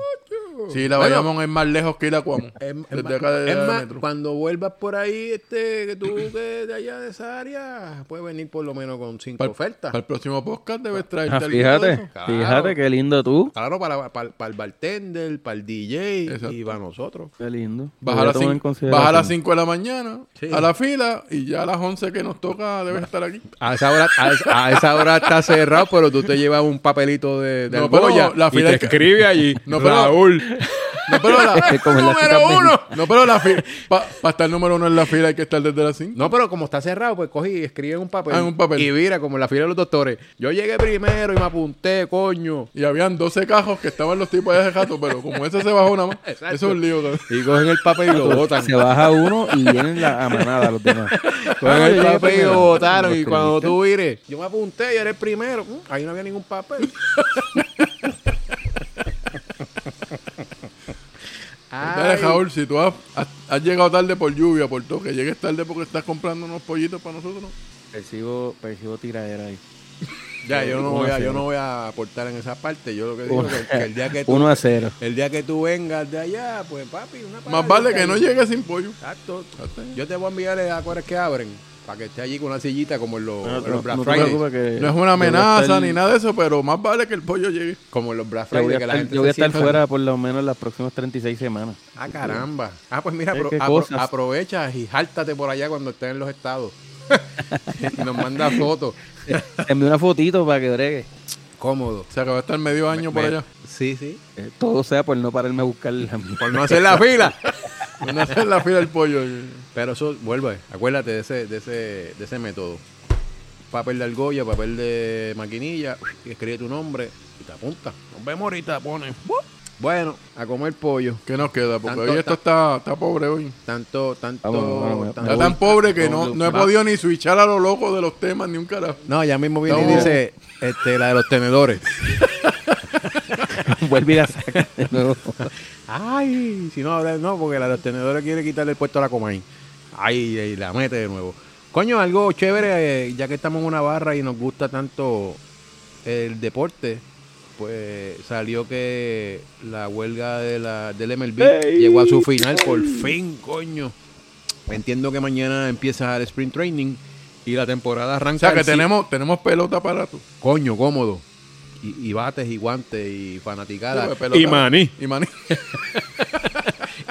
[SPEAKER 1] Sí, la Bayamón es más lejos que ir a Cuamo.
[SPEAKER 2] Es, es
[SPEAKER 1] Desde
[SPEAKER 2] más-
[SPEAKER 1] acá de-
[SPEAKER 2] es
[SPEAKER 1] de
[SPEAKER 2] más,
[SPEAKER 1] metro.
[SPEAKER 2] cuando vuelvas por ahí, este, que tú que de allá de esa área, puedes venir por lo menos con cinco
[SPEAKER 1] Para-
[SPEAKER 2] ofertas.
[SPEAKER 1] Para el próximo podcast debes traerte
[SPEAKER 3] Ah,
[SPEAKER 1] algo de
[SPEAKER 3] fíjate,
[SPEAKER 1] eso.
[SPEAKER 2] Claro.
[SPEAKER 3] fíjate qué lindo tú.
[SPEAKER 2] Claro, para, para, para el bartender, para el DJ
[SPEAKER 1] Exacto.
[SPEAKER 2] y para nosotros.
[SPEAKER 3] Qué lindo.
[SPEAKER 1] Baja a,
[SPEAKER 3] Lo voy a
[SPEAKER 1] las
[SPEAKER 3] tomar en
[SPEAKER 1] cinco-
[SPEAKER 3] consideración.
[SPEAKER 1] baja a las 5 de la mañana
[SPEAKER 2] Sí.
[SPEAKER 1] a la fila y ya a las 11 que nos toca debes estar aquí.
[SPEAKER 2] A esa hora, a esa, a esa hora está cerrado, pero tú te llevas un papelito de, de
[SPEAKER 1] No, pero
[SPEAKER 2] argolla
[SPEAKER 1] la fila es que-
[SPEAKER 2] escribe [LAUGHS] allí.
[SPEAKER 1] [LAUGHS] No, pero- No, pero
[SPEAKER 3] [LAUGHS] Es
[SPEAKER 1] la,
[SPEAKER 3] como en la
[SPEAKER 1] número
[SPEAKER 3] cita
[SPEAKER 1] uno. No, pero la fila. Para estar número uno en la fila hay que estar desde las 5.
[SPEAKER 2] No, pero como está cerrado, pues cogí y escribe en un papel.
[SPEAKER 1] Ah, en un papel.
[SPEAKER 2] Y mira, como en la fila de los doctores. Yo llegué primero y me apunté, coño.
[SPEAKER 1] Y habían 12 cajos que estaban los tipos allá de rato, pero como ese se bajó nada más,
[SPEAKER 2] [LAUGHS] Exacto.
[SPEAKER 1] eso es un lío. cabrón.
[SPEAKER 2] Y cogen el papel y lo botan.
[SPEAKER 3] Se baja uno y vienen la a manada los
[SPEAKER 2] [LAUGHS]
[SPEAKER 3] demás.
[SPEAKER 2] Cogen
[SPEAKER 3] Ah, yo
[SPEAKER 2] el
[SPEAKER 3] llegué
[SPEAKER 2] papel y
[SPEAKER 3] primero.
[SPEAKER 2] lo botaron.
[SPEAKER 3] Los
[SPEAKER 2] Y cuando
[SPEAKER 3] criminales.
[SPEAKER 2] tú vires, yo me apunté y era el primero. Mm, Ahí no había
[SPEAKER 3] [LAUGHS]
[SPEAKER 2] ningún papel.
[SPEAKER 1] Dale,
[SPEAKER 2] Ay,
[SPEAKER 1] Raúl, si tú has, has- has llegado tarde por lluvia, por todo, que llegues tarde porque estás comprando unos pollitos para nosotros. ¿no?
[SPEAKER 3] Percibo, percibo tiradera ahí.
[SPEAKER 2] Ya, yo no,
[SPEAKER 3] Uno
[SPEAKER 2] voy
[SPEAKER 3] a
[SPEAKER 2] a, yo
[SPEAKER 3] cero.
[SPEAKER 2] no voy a aportar en esa parte. Yo lo que digo
[SPEAKER 3] Uno-
[SPEAKER 2] es que el
[SPEAKER 3] [LAUGHS]
[SPEAKER 2] día que, tú,
[SPEAKER 3] 1 a 0.
[SPEAKER 2] el día que tú vengas de allá, pues papi, una
[SPEAKER 1] Más
[SPEAKER 2] paradita
[SPEAKER 1] vale que no
[SPEAKER 2] ahí.
[SPEAKER 1] llegues sin pollo.
[SPEAKER 2] Exacto. Yo te voy a enviar las acuarios que abren para que esté allí con una sillita como en los,
[SPEAKER 3] No,
[SPEAKER 2] en
[SPEAKER 3] no,
[SPEAKER 2] los Black
[SPEAKER 3] no te
[SPEAKER 2] Friday.
[SPEAKER 3] preocupes que
[SPEAKER 1] No es una
[SPEAKER 3] yo voy a
[SPEAKER 1] amenaza
[SPEAKER 3] estar-
[SPEAKER 1] ni nada de eso, pero más vale que el pollo llegue.
[SPEAKER 2] Como en los Black
[SPEAKER 3] Yo
[SPEAKER 2] Friday
[SPEAKER 3] voy a
[SPEAKER 2] que la
[SPEAKER 3] estar,
[SPEAKER 2] gente
[SPEAKER 3] yo voy a
[SPEAKER 2] se
[SPEAKER 3] estar
[SPEAKER 2] sienta.
[SPEAKER 3] fuera por lo menos las próximas 36 semanas.
[SPEAKER 2] Ah, caramba. Ah, pues mira,
[SPEAKER 3] ¿Qué-
[SPEAKER 2] apro-
[SPEAKER 3] qué
[SPEAKER 2] apro-
[SPEAKER 3] cosas?
[SPEAKER 2] aprovecha y jáltate por allá cuando estés en los estados. [LAUGHS] Y Nos manda fotos.
[SPEAKER 3] Envío una fotito para que bregue.
[SPEAKER 2] Cómodo.
[SPEAKER 1] Se acaba de estar medio año por
[SPEAKER 2] Me-
[SPEAKER 1] allá.
[SPEAKER 2] Sí, sí.
[SPEAKER 3] Eh, Todo sea por no pararme a buscar la
[SPEAKER 2] Por no hacer la fila. [LAUGHS]
[SPEAKER 1] Van a hacer la fila del pollo.
[SPEAKER 2] Pero eso, vuelve, acuérdate de ese, de ese, de ese método. Papel de argolla, papel de maquinilla, y escribe tu nombre y te apunta. Nos vemos ahorita, pone. Bueno, a comer pollo.
[SPEAKER 1] ¿Qué nos queda? Porque
[SPEAKER 2] Tanto
[SPEAKER 1] hoy esto está, está pobre hoy.
[SPEAKER 2] Tanto, tanto,
[SPEAKER 3] Vamos, vamos,
[SPEAKER 2] tanto-
[SPEAKER 3] Me
[SPEAKER 1] Está tan pobre que no, no he
[SPEAKER 2] Va.
[SPEAKER 1] podido ni switchar a lo loco de los temas ni un carajo.
[SPEAKER 2] No, ya mismo viene y
[SPEAKER 1] Estamos-
[SPEAKER 2] dice este, la de los tenedores.
[SPEAKER 3] [LAUGHS] Vuelve y la saca de nuevo.
[SPEAKER 2] Ay, si no, ahora no, porque la de los tenedores quiere quitarle el puesto a la Comay. Ay, y la mete de nuevo. Coño, algo chévere, eh, ya que estamos en una barra y nos gusta tanto el deporte, pues salió que la huelga de la, del MLB llegó a su final por fin, coño. Entiendo que mañana empieza el sprint training y la temporada
[SPEAKER 1] O
[SPEAKER 2] arranca.
[SPEAKER 1] sea que
[SPEAKER 2] el si-
[SPEAKER 1] tenemos, tenemos pelota para tú.
[SPEAKER 2] Coño, cómodo. Y, y bates y guantes y fanaticada.
[SPEAKER 1] pues, Pelota. Y maní.
[SPEAKER 2] [LAUGHS]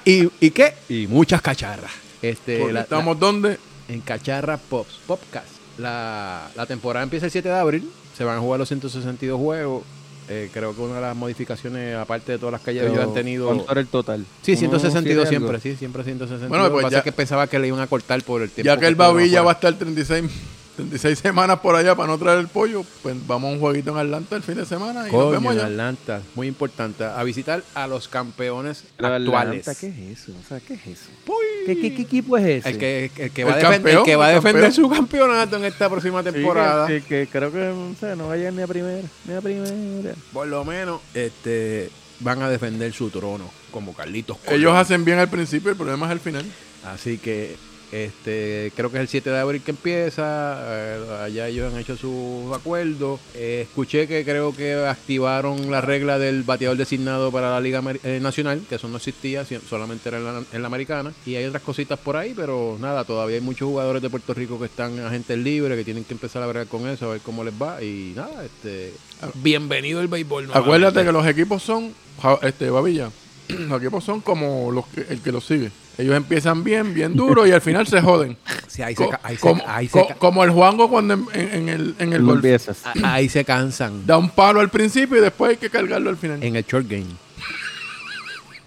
[SPEAKER 2] ¿Y, y qué? Y muchas cacharras. Este, la- la-
[SPEAKER 1] ¿Estamos dónde?
[SPEAKER 2] en Cacharra Pops, Popcast. La, la temporada empieza el 7 de abril, se van a jugar los 162 juegos. Eh, creo que una de las modificaciones, aparte de todas las que ya [LAUGHS] ellos han tenido.
[SPEAKER 3] ¿Cuánto era el total?
[SPEAKER 2] Sí,
[SPEAKER 3] Uno,
[SPEAKER 2] 162
[SPEAKER 3] siete, algo.
[SPEAKER 2] siempre, sí, siempre 162.
[SPEAKER 1] Bueno, pues
[SPEAKER 2] Lo que pasa
[SPEAKER 1] ya-
[SPEAKER 2] es que pensaba que le iban a cortar por el tiempo.
[SPEAKER 1] Ya que el
[SPEAKER 2] estuvieron
[SPEAKER 1] Babilla va a
[SPEAKER 2] afuera.
[SPEAKER 1] estar 36, 36 semanas por allá para no traer el pollo, pues vamos a un jueguito en Atlanta el fin de semana y nos
[SPEAKER 2] Coño,
[SPEAKER 1] vemos
[SPEAKER 2] en
[SPEAKER 1] allá.
[SPEAKER 2] Atlanta, muy importante. A visitar a los campeones
[SPEAKER 3] Pero
[SPEAKER 2] actuales.
[SPEAKER 3] Atlanta, ¿Qué es eso? O sea, ¿qué es eso?
[SPEAKER 2] Uy.
[SPEAKER 3] ¿Qué, qué, qué equipo es ese?
[SPEAKER 2] El que, el que
[SPEAKER 1] El
[SPEAKER 2] va, a defender- el
[SPEAKER 1] campeón,
[SPEAKER 2] que va a
[SPEAKER 1] el
[SPEAKER 2] defender
[SPEAKER 1] campeón.
[SPEAKER 2] su campeonato en esta próxima
[SPEAKER 3] Sí, que-
[SPEAKER 2] temporada.
[SPEAKER 3] sí, que creo que no sé, no va a llegar ni a primera. Ni a primera.
[SPEAKER 2] Por lo menos este, van a defender su trono, como Carlitos Colón.
[SPEAKER 1] Ellos hacen bien al principio, el problema es al final.
[SPEAKER 2] Así que este, creo que es el 7 de abril que empieza. eh, allá ellos han hecho sus acuerdos. Eh, escuché que creo que activaron la regla del bateador designado para la Liga Amer- eh, Nacional, que eso no existía, si- solamente era en la, en la americana. Y hay otras cositas por ahí, pero nada, todavía hay muchos jugadores de Puerto Rico que están agentes libres, que tienen que empezar a bregar con eso, a ver cómo les va. Y nada, este, bienvenido el béisbol. nuevamente.
[SPEAKER 1] Acuérdate que los equipos son, ja- este, Babilla, [CLEARS THROAT] los equipos son como los que- el que los sigue. Ellos empiezan bien, bien duro y al final se joden.
[SPEAKER 2] Sí, ahí se,
[SPEAKER 1] Co-
[SPEAKER 2] ca- ahí se
[SPEAKER 1] como,
[SPEAKER 2] ca- ahí se
[SPEAKER 1] co-
[SPEAKER 2] ca-
[SPEAKER 1] como el Juango cuando en, en- en el, en el
[SPEAKER 3] No
[SPEAKER 1] golf.
[SPEAKER 3] empiezas.
[SPEAKER 2] a- ahí se cansan.
[SPEAKER 1] Da un palo al principio y después hay que cargarlo al final.
[SPEAKER 2] en el short game.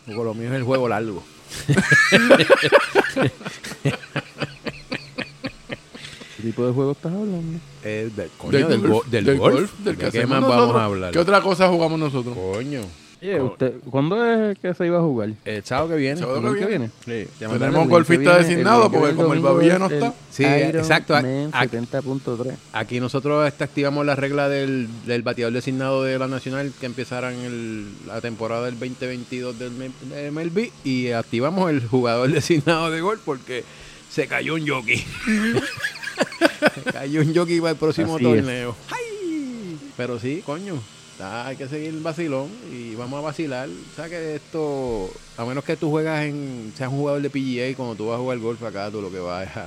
[SPEAKER 2] Porque lo mío es el juego largo.
[SPEAKER 3] ¿Qué tipo de juego estás hablando?
[SPEAKER 2] Es del, coño, del, go- del golf.
[SPEAKER 1] del
[SPEAKER 2] ¿De
[SPEAKER 1] que
[SPEAKER 2] qué
[SPEAKER 1] hacemos
[SPEAKER 2] más
[SPEAKER 1] nosotros.
[SPEAKER 2] vamos a hablar?
[SPEAKER 1] ¿Qué otra cosa jugamos nosotros?
[SPEAKER 2] Coño.
[SPEAKER 3] Oye, usted, ¿cuándo es que se iba a jugar?
[SPEAKER 2] El sábado que viene.
[SPEAKER 1] Sábado
[SPEAKER 3] ¿El
[SPEAKER 1] que
[SPEAKER 3] que
[SPEAKER 1] viene.
[SPEAKER 3] viene?
[SPEAKER 2] Sí, ya
[SPEAKER 1] Tenemos
[SPEAKER 3] Mañana, el
[SPEAKER 1] golfista
[SPEAKER 3] domingo que
[SPEAKER 1] designado,
[SPEAKER 3] viene,
[SPEAKER 1] porque como el
[SPEAKER 3] domingo
[SPEAKER 1] Babilla no
[SPEAKER 3] es
[SPEAKER 1] está.
[SPEAKER 3] el
[SPEAKER 2] Sí,
[SPEAKER 3] Iron
[SPEAKER 2] exacto, a-
[SPEAKER 3] Man
[SPEAKER 2] a-
[SPEAKER 3] 70.3.
[SPEAKER 2] Aquí nosotros este, activamos la regla del, del bateador designado de la Nacional que empezará en el- la temporada del 2022 del M- de MLB y activamos el jugador [LAUGHS] designado de gol porque se cayó un jockey. [LAUGHS] se cayó un jockey para el próximo
[SPEAKER 3] Así es.
[SPEAKER 2] torneo. ¡Ay! Pero sí, coño. está- hay que seguir el vacilón y vamos a vacilar. O sea que esto, a menos que tú juegas en, seas un jugador de PGA y cuando tú vas a jugar golf acá, tú lo que vas es a,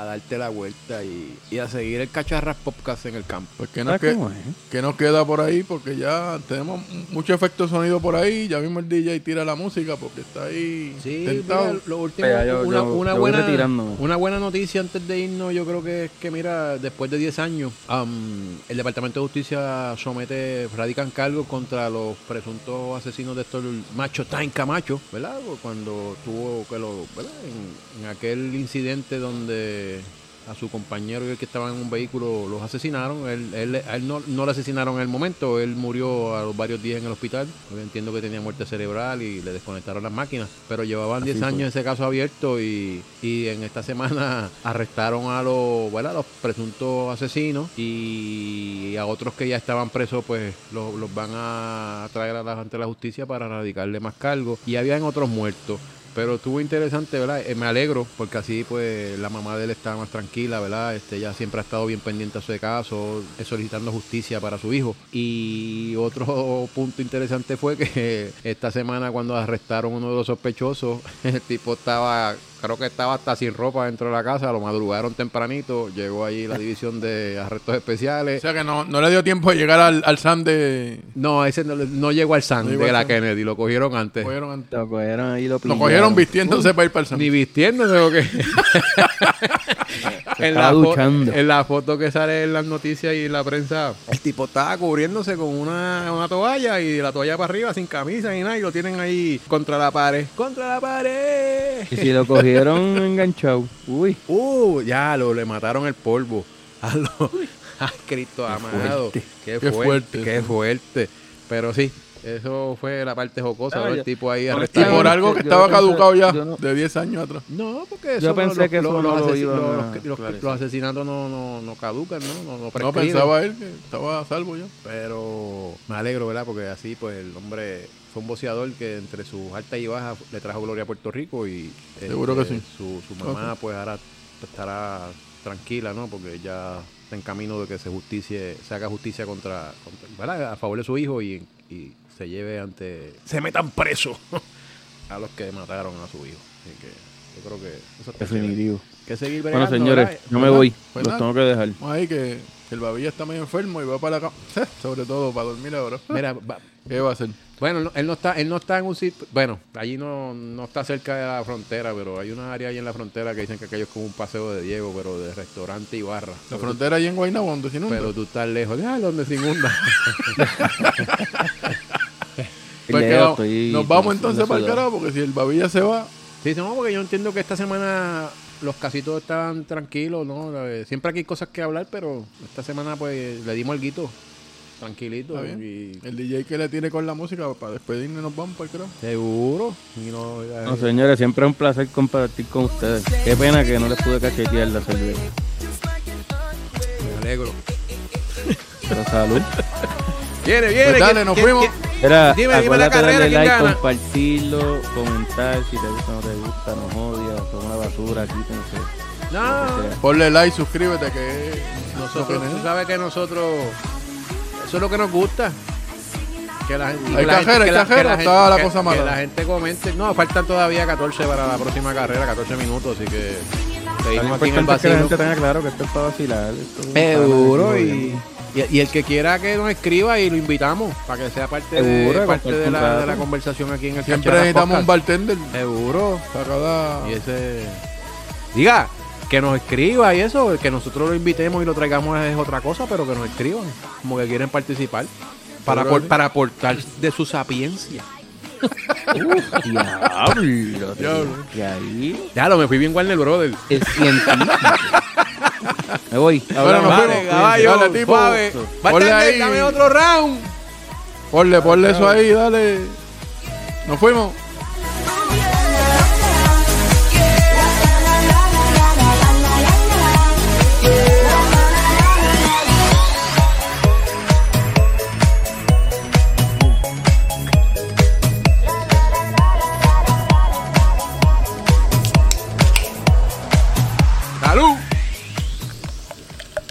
[SPEAKER 2] a darte la vuelta y, y a seguir el cacharras podcast en el campo.
[SPEAKER 1] Pues que nos,
[SPEAKER 3] ¿Sabes
[SPEAKER 1] que,
[SPEAKER 3] Ah, cómo es?
[SPEAKER 1] que nos queda por ahí, porque ya tenemos mucho efecto de sonido por ahí. Ya mismo el DJ tira la música porque está ahí
[SPEAKER 2] Sí,
[SPEAKER 1] tentado.
[SPEAKER 2] mira, lo último,
[SPEAKER 3] Espera, yo-
[SPEAKER 2] una,
[SPEAKER 3] yo-
[SPEAKER 2] una
[SPEAKER 3] yo voy
[SPEAKER 2] buena,
[SPEAKER 3] retirándome.
[SPEAKER 2] una buena noticia antes de irnos, yo creo que es que, mira, después de 10 años, am, el Departamento de Justicia somete, radican cargos contra los presuntos asesinos de estos machos tan Camacho, ¿verdad? Cuando tuvo que lo, ¿verdad? En, en aquel incidente donde a su compañero y el que estaba en un vehículo los asesinaron. Él, él- a él no, no lo asesinaron en el momento, él murió a los varios días en el hospital. Yo entiendo que tenía muerte cerebral y le desconectaron las máquinas, pero llevaban 10 años ese caso abierto y, y en esta semana [LAUGHS] arrestaron a los, ¿verdad? los presuntos asesinos y a otros que ya estaban presos, pues los, los van a traer a la, ante la justicia para radicarle más cargos. Y habían otros muertos. Pero estuvo interesante, ¿verdad? Eh, me alegro porque así pues la mamá de él está más tranquila, ¿verdad? Este, ella siempre ha estado bien pendiente a su caso, eh, solicitando justicia para su hijo. Y otro [LAUGHS] punto interesante fue que eh, esta semana cuando arrestaron uno de los sospechosos, [LAUGHS] el tipo estaba, creo que estaba hasta sin ropa dentro de la casa, lo madrugaron tempranito, llegó ahí la división de
[SPEAKER 1] [LAUGHS]
[SPEAKER 2] arrestos
[SPEAKER 1] O
[SPEAKER 2] especiales.
[SPEAKER 1] sea que no, no le dio tiempo de llegar al, al Sam de.
[SPEAKER 2] No, ese no, no llegó al
[SPEAKER 1] No
[SPEAKER 2] San
[SPEAKER 1] llegó
[SPEAKER 2] de
[SPEAKER 1] al
[SPEAKER 2] la
[SPEAKER 1] San.
[SPEAKER 2] Kennedy, lo cogieron antes.
[SPEAKER 1] Cogieron antes.
[SPEAKER 3] Lo cogieron ahí, lo
[SPEAKER 1] Lo
[SPEAKER 3] pillaron.
[SPEAKER 1] cogieron vistiéndose para ir para el Sam.
[SPEAKER 2] Ni vistiéndose [LAUGHS] o qué. en,
[SPEAKER 3] estaba
[SPEAKER 2] la fo-
[SPEAKER 3] duchando.
[SPEAKER 2] en la foto que sale en las noticias y en la prensa, el tipo estaba cubriéndose con una, una toalla y la toalla para arriba sin camisa ni nada y lo tienen ahí contra la pared. ¡Contra la pared!
[SPEAKER 3] Y si
[SPEAKER 1] [LAUGHS]
[SPEAKER 3] lo cogieron enganchado. Uy.
[SPEAKER 2] ¡Uh! Ya, lo, le mataron el polvo. [LAUGHS] A lo- ¡Ay, Cristo amado! ¡Qué fuerte! ¡Qué
[SPEAKER 1] Qué
[SPEAKER 2] fuerte!
[SPEAKER 1] fuerte, sí.
[SPEAKER 2] Pero sí, eso fue la parte jocosa.
[SPEAKER 3] Ah,
[SPEAKER 2] ¿no? el
[SPEAKER 3] ya.
[SPEAKER 2] tipo ahí
[SPEAKER 3] Ahora
[SPEAKER 1] Y
[SPEAKER 2] arrestado.
[SPEAKER 3] está
[SPEAKER 1] por
[SPEAKER 3] Yo
[SPEAKER 1] algo
[SPEAKER 3] no-
[SPEAKER 1] que
[SPEAKER 3] yo
[SPEAKER 1] estaba
[SPEAKER 3] no pensé-
[SPEAKER 1] caducado ya
[SPEAKER 3] yo no-
[SPEAKER 1] de 10 años atrás.
[SPEAKER 2] No, porque eso
[SPEAKER 3] Yo
[SPEAKER 2] no-
[SPEAKER 3] pensé
[SPEAKER 2] los-
[SPEAKER 3] que eso
[SPEAKER 2] los,
[SPEAKER 3] no
[SPEAKER 2] los
[SPEAKER 3] lo
[SPEAKER 2] asesi-
[SPEAKER 3] iban
[SPEAKER 2] los-
[SPEAKER 3] a
[SPEAKER 2] los- los-
[SPEAKER 3] esclarecer.
[SPEAKER 2] los asesinatos no, no, no caducan, ¿no? No, no
[SPEAKER 1] No
[SPEAKER 2] prescriben.
[SPEAKER 1] pensaba él que estaba a salvo ya.
[SPEAKER 2] Pero me alegro, ¿verdad? Porque así, pues, el hombre fue un boceador que entre sus altas y bajas le trajo gloria a Puerto Rico y este,
[SPEAKER 1] Seguro que sí.
[SPEAKER 2] su, su mamá, pues, ahora estará tranquila, ¿no? Porque ya está en camino de que se justicie, se haga justicia contra, contra- ¿verdad? A favor de su hijo y, y se lleve ante... Se metan presos [LAUGHS] a los que mataron a su hijo. Así que yo creo que eso está chévere.
[SPEAKER 3] Definitivo.
[SPEAKER 2] Que seguir
[SPEAKER 3] Bueno,
[SPEAKER 2] bregando,
[SPEAKER 3] señores,
[SPEAKER 2] ¿verdad?
[SPEAKER 3] yo me voy.
[SPEAKER 1] Pues
[SPEAKER 3] Los
[SPEAKER 1] nada.
[SPEAKER 3] tengo que dejar.
[SPEAKER 1] Vamos ahí que el Babilla está medio enfermo y va para la cama. [LAUGHS] Eh, Sobre todo para dormir ahora.
[SPEAKER 2] Mira, va-
[SPEAKER 1] ¿Qué va a hacer?
[SPEAKER 2] bueno, no- él no está, él no está en un sitio, bueno, allí no, no está cerca de la frontera, pero hay una área ahí en la frontera que dicen que aquello es como un paseo de Diego, pero de restaurante y barra.
[SPEAKER 1] La
[SPEAKER 2] Pero-
[SPEAKER 1] frontera ahí en Guaynabo, donde se inunda.
[SPEAKER 2] Pero tú estás lejos, ah, donde
[SPEAKER 1] [LAUGHS]
[SPEAKER 2] se inunda.
[SPEAKER 1] Pues
[SPEAKER 3] Leo,
[SPEAKER 1] que vamos-
[SPEAKER 3] estoy-
[SPEAKER 1] nos vamos
[SPEAKER 3] estoy
[SPEAKER 1] entonces para el
[SPEAKER 3] sudado.
[SPEAKER 1] carajo, porque si el Babilla se va,
[SPEAKER 2] sí, no, porque yo entiendo que esta semana los casitos estaban tranquilos, ¿no? Eh, Siempre aquí hay cosas que hablar, pero esta semana pues le dimos el guito. tranquilito.
[SPEAKER 1] Está bien.
[SPEAKER 2] y-
[SPEAKER 1] El DJ que le tiene con la música para despedirnos nos vamos pues, para el carajo.
[SPEAKER 2] Seguro. Y no,
[SPEAKER 3] No, señores, siempre es un placer compartir con ustedes. Qué pena que no les pude cachetear la cerveza.
[SPEAKER 2] me alegro.
[SPEAKER 3] Pero salud.
[SPEAKER 2] Viene, viene.
[SPEAKER 1] Pues dale,
[SPEAKER 2] ¿quién-
[SPEAKER 1] nos
[SPEAKER 2] quién-
[SPEAKER 1] fuimos.
[SPEAKER 2] quién-
[SPEAKER 3] Era,
[SPEAKER 2] Dime, dime la
[SPEAKER 3] acuérdate
[SPEAKER 2] carrera,
[SPEAKER 3] darle
[SPEAKER 2] ¿quién
[SPEAKER 3] like,
[SPEAKER 2] gana?
[SPEAKER 3] compartirlo, comentar si te gusta o no te gusta, nos odia, son una basura, quítense.
[SPEAKER 2] No.
[SPEAKER 1] Ponle like, suscríbete que
[SPEAKER 2] Nosotros,
[SPEAKER 1] no
[SPEAKER 2] tú
[SPEAKER 1] tiene-
[SPEAKER 2] sabes que nosotros, eso es lo que nos gusta. Que la, gente-
[SPEAKER 1] Hay
[SPEAKER 2] que la
[SPEAKER 1] cajera,
[SPEAKER 2] gente-
[SPEAKER 1] hay
[SPEAKER 2] que la- que
[SPEAKER 1] cajera,
[SPEAKER 2] la gente-
[SPEAKER 1] está la
[SPEAKER 2] que-
[SPEAKER 1] cosa mala.
[SPEAKER 2] Que la gente comente. No, faltan todavía 14 para la próxima carrera, 14 minutos, así que
[SPEAKER 3] Lo
[SPEAKER 2] seguimos aquí en el
[SPEAKER 3] importante es que la
[SPEAKER 2] vacío.
[SPEAKER 3] gente tenga claro que esto es para vacilar. esto es un
[SPEAKER 2] Seguro
[SPEAKER 3] pana,
[SPEAKER 2] y, y, y el que quiera que nos escriba y lo invitamos para que sea parte,
[SPEAKER 3] Seguro,
[SPEAKER 2] de, parte de,
[SPEAKER 3] comparte un
[SPEAKER 2] la, de
[SPEAKER 3] rato.
[SPEAKER 2] la conversación aquí en el
[SPEAKER 1] Siempre
[SPEAKER 2] Cachara
[SPEAKER 1] necesitamos un
[SPEAKER 2] Podcast.
[SPEAKER 1] bartender
[SPEAKER 2] Seguro.
[SPEAKER 1] para cada...
[SPEAKER 2] Y ese. Diga, que nos escriba y eso, que nosotros lo invitemos y lo traigamos es otra cosa, pero que nos escriban, como que quieren participar. Para,
[SPEAKER 1] Seguro,
[SPEAKER 2] apor-
[SPEAKER 1] sí.
[SPEAKER 2] para aportar de su sapiencia. [LAUGHS]
[SPEAKER 3] Diablo,
[SPEAKER 1] Diablo.
[SPEAKER 3] y ahí
[SPEAKER 2] Ya lo me fui bien Warner Brother.
[SPEAKER 3] es científico. Me voy.
[SPEAKER 1] Bueno, nos
[SPEAKER 2] Vale,
[SPEAKER 1] fuimos.
[SPEAKER 2] caballo,
[SPEAKER 1] Dale, tipo.
[SPEAKER 2] suave.
[SPEAKER 1] Ponle
[SPEAKER 2] Bartender,
[SPEAKER 1] ahí.
[SPEAKER 2] dame otro round.
[SPEAKER 1] Ponle, ponle eso ahí, dale. Nos fuimos.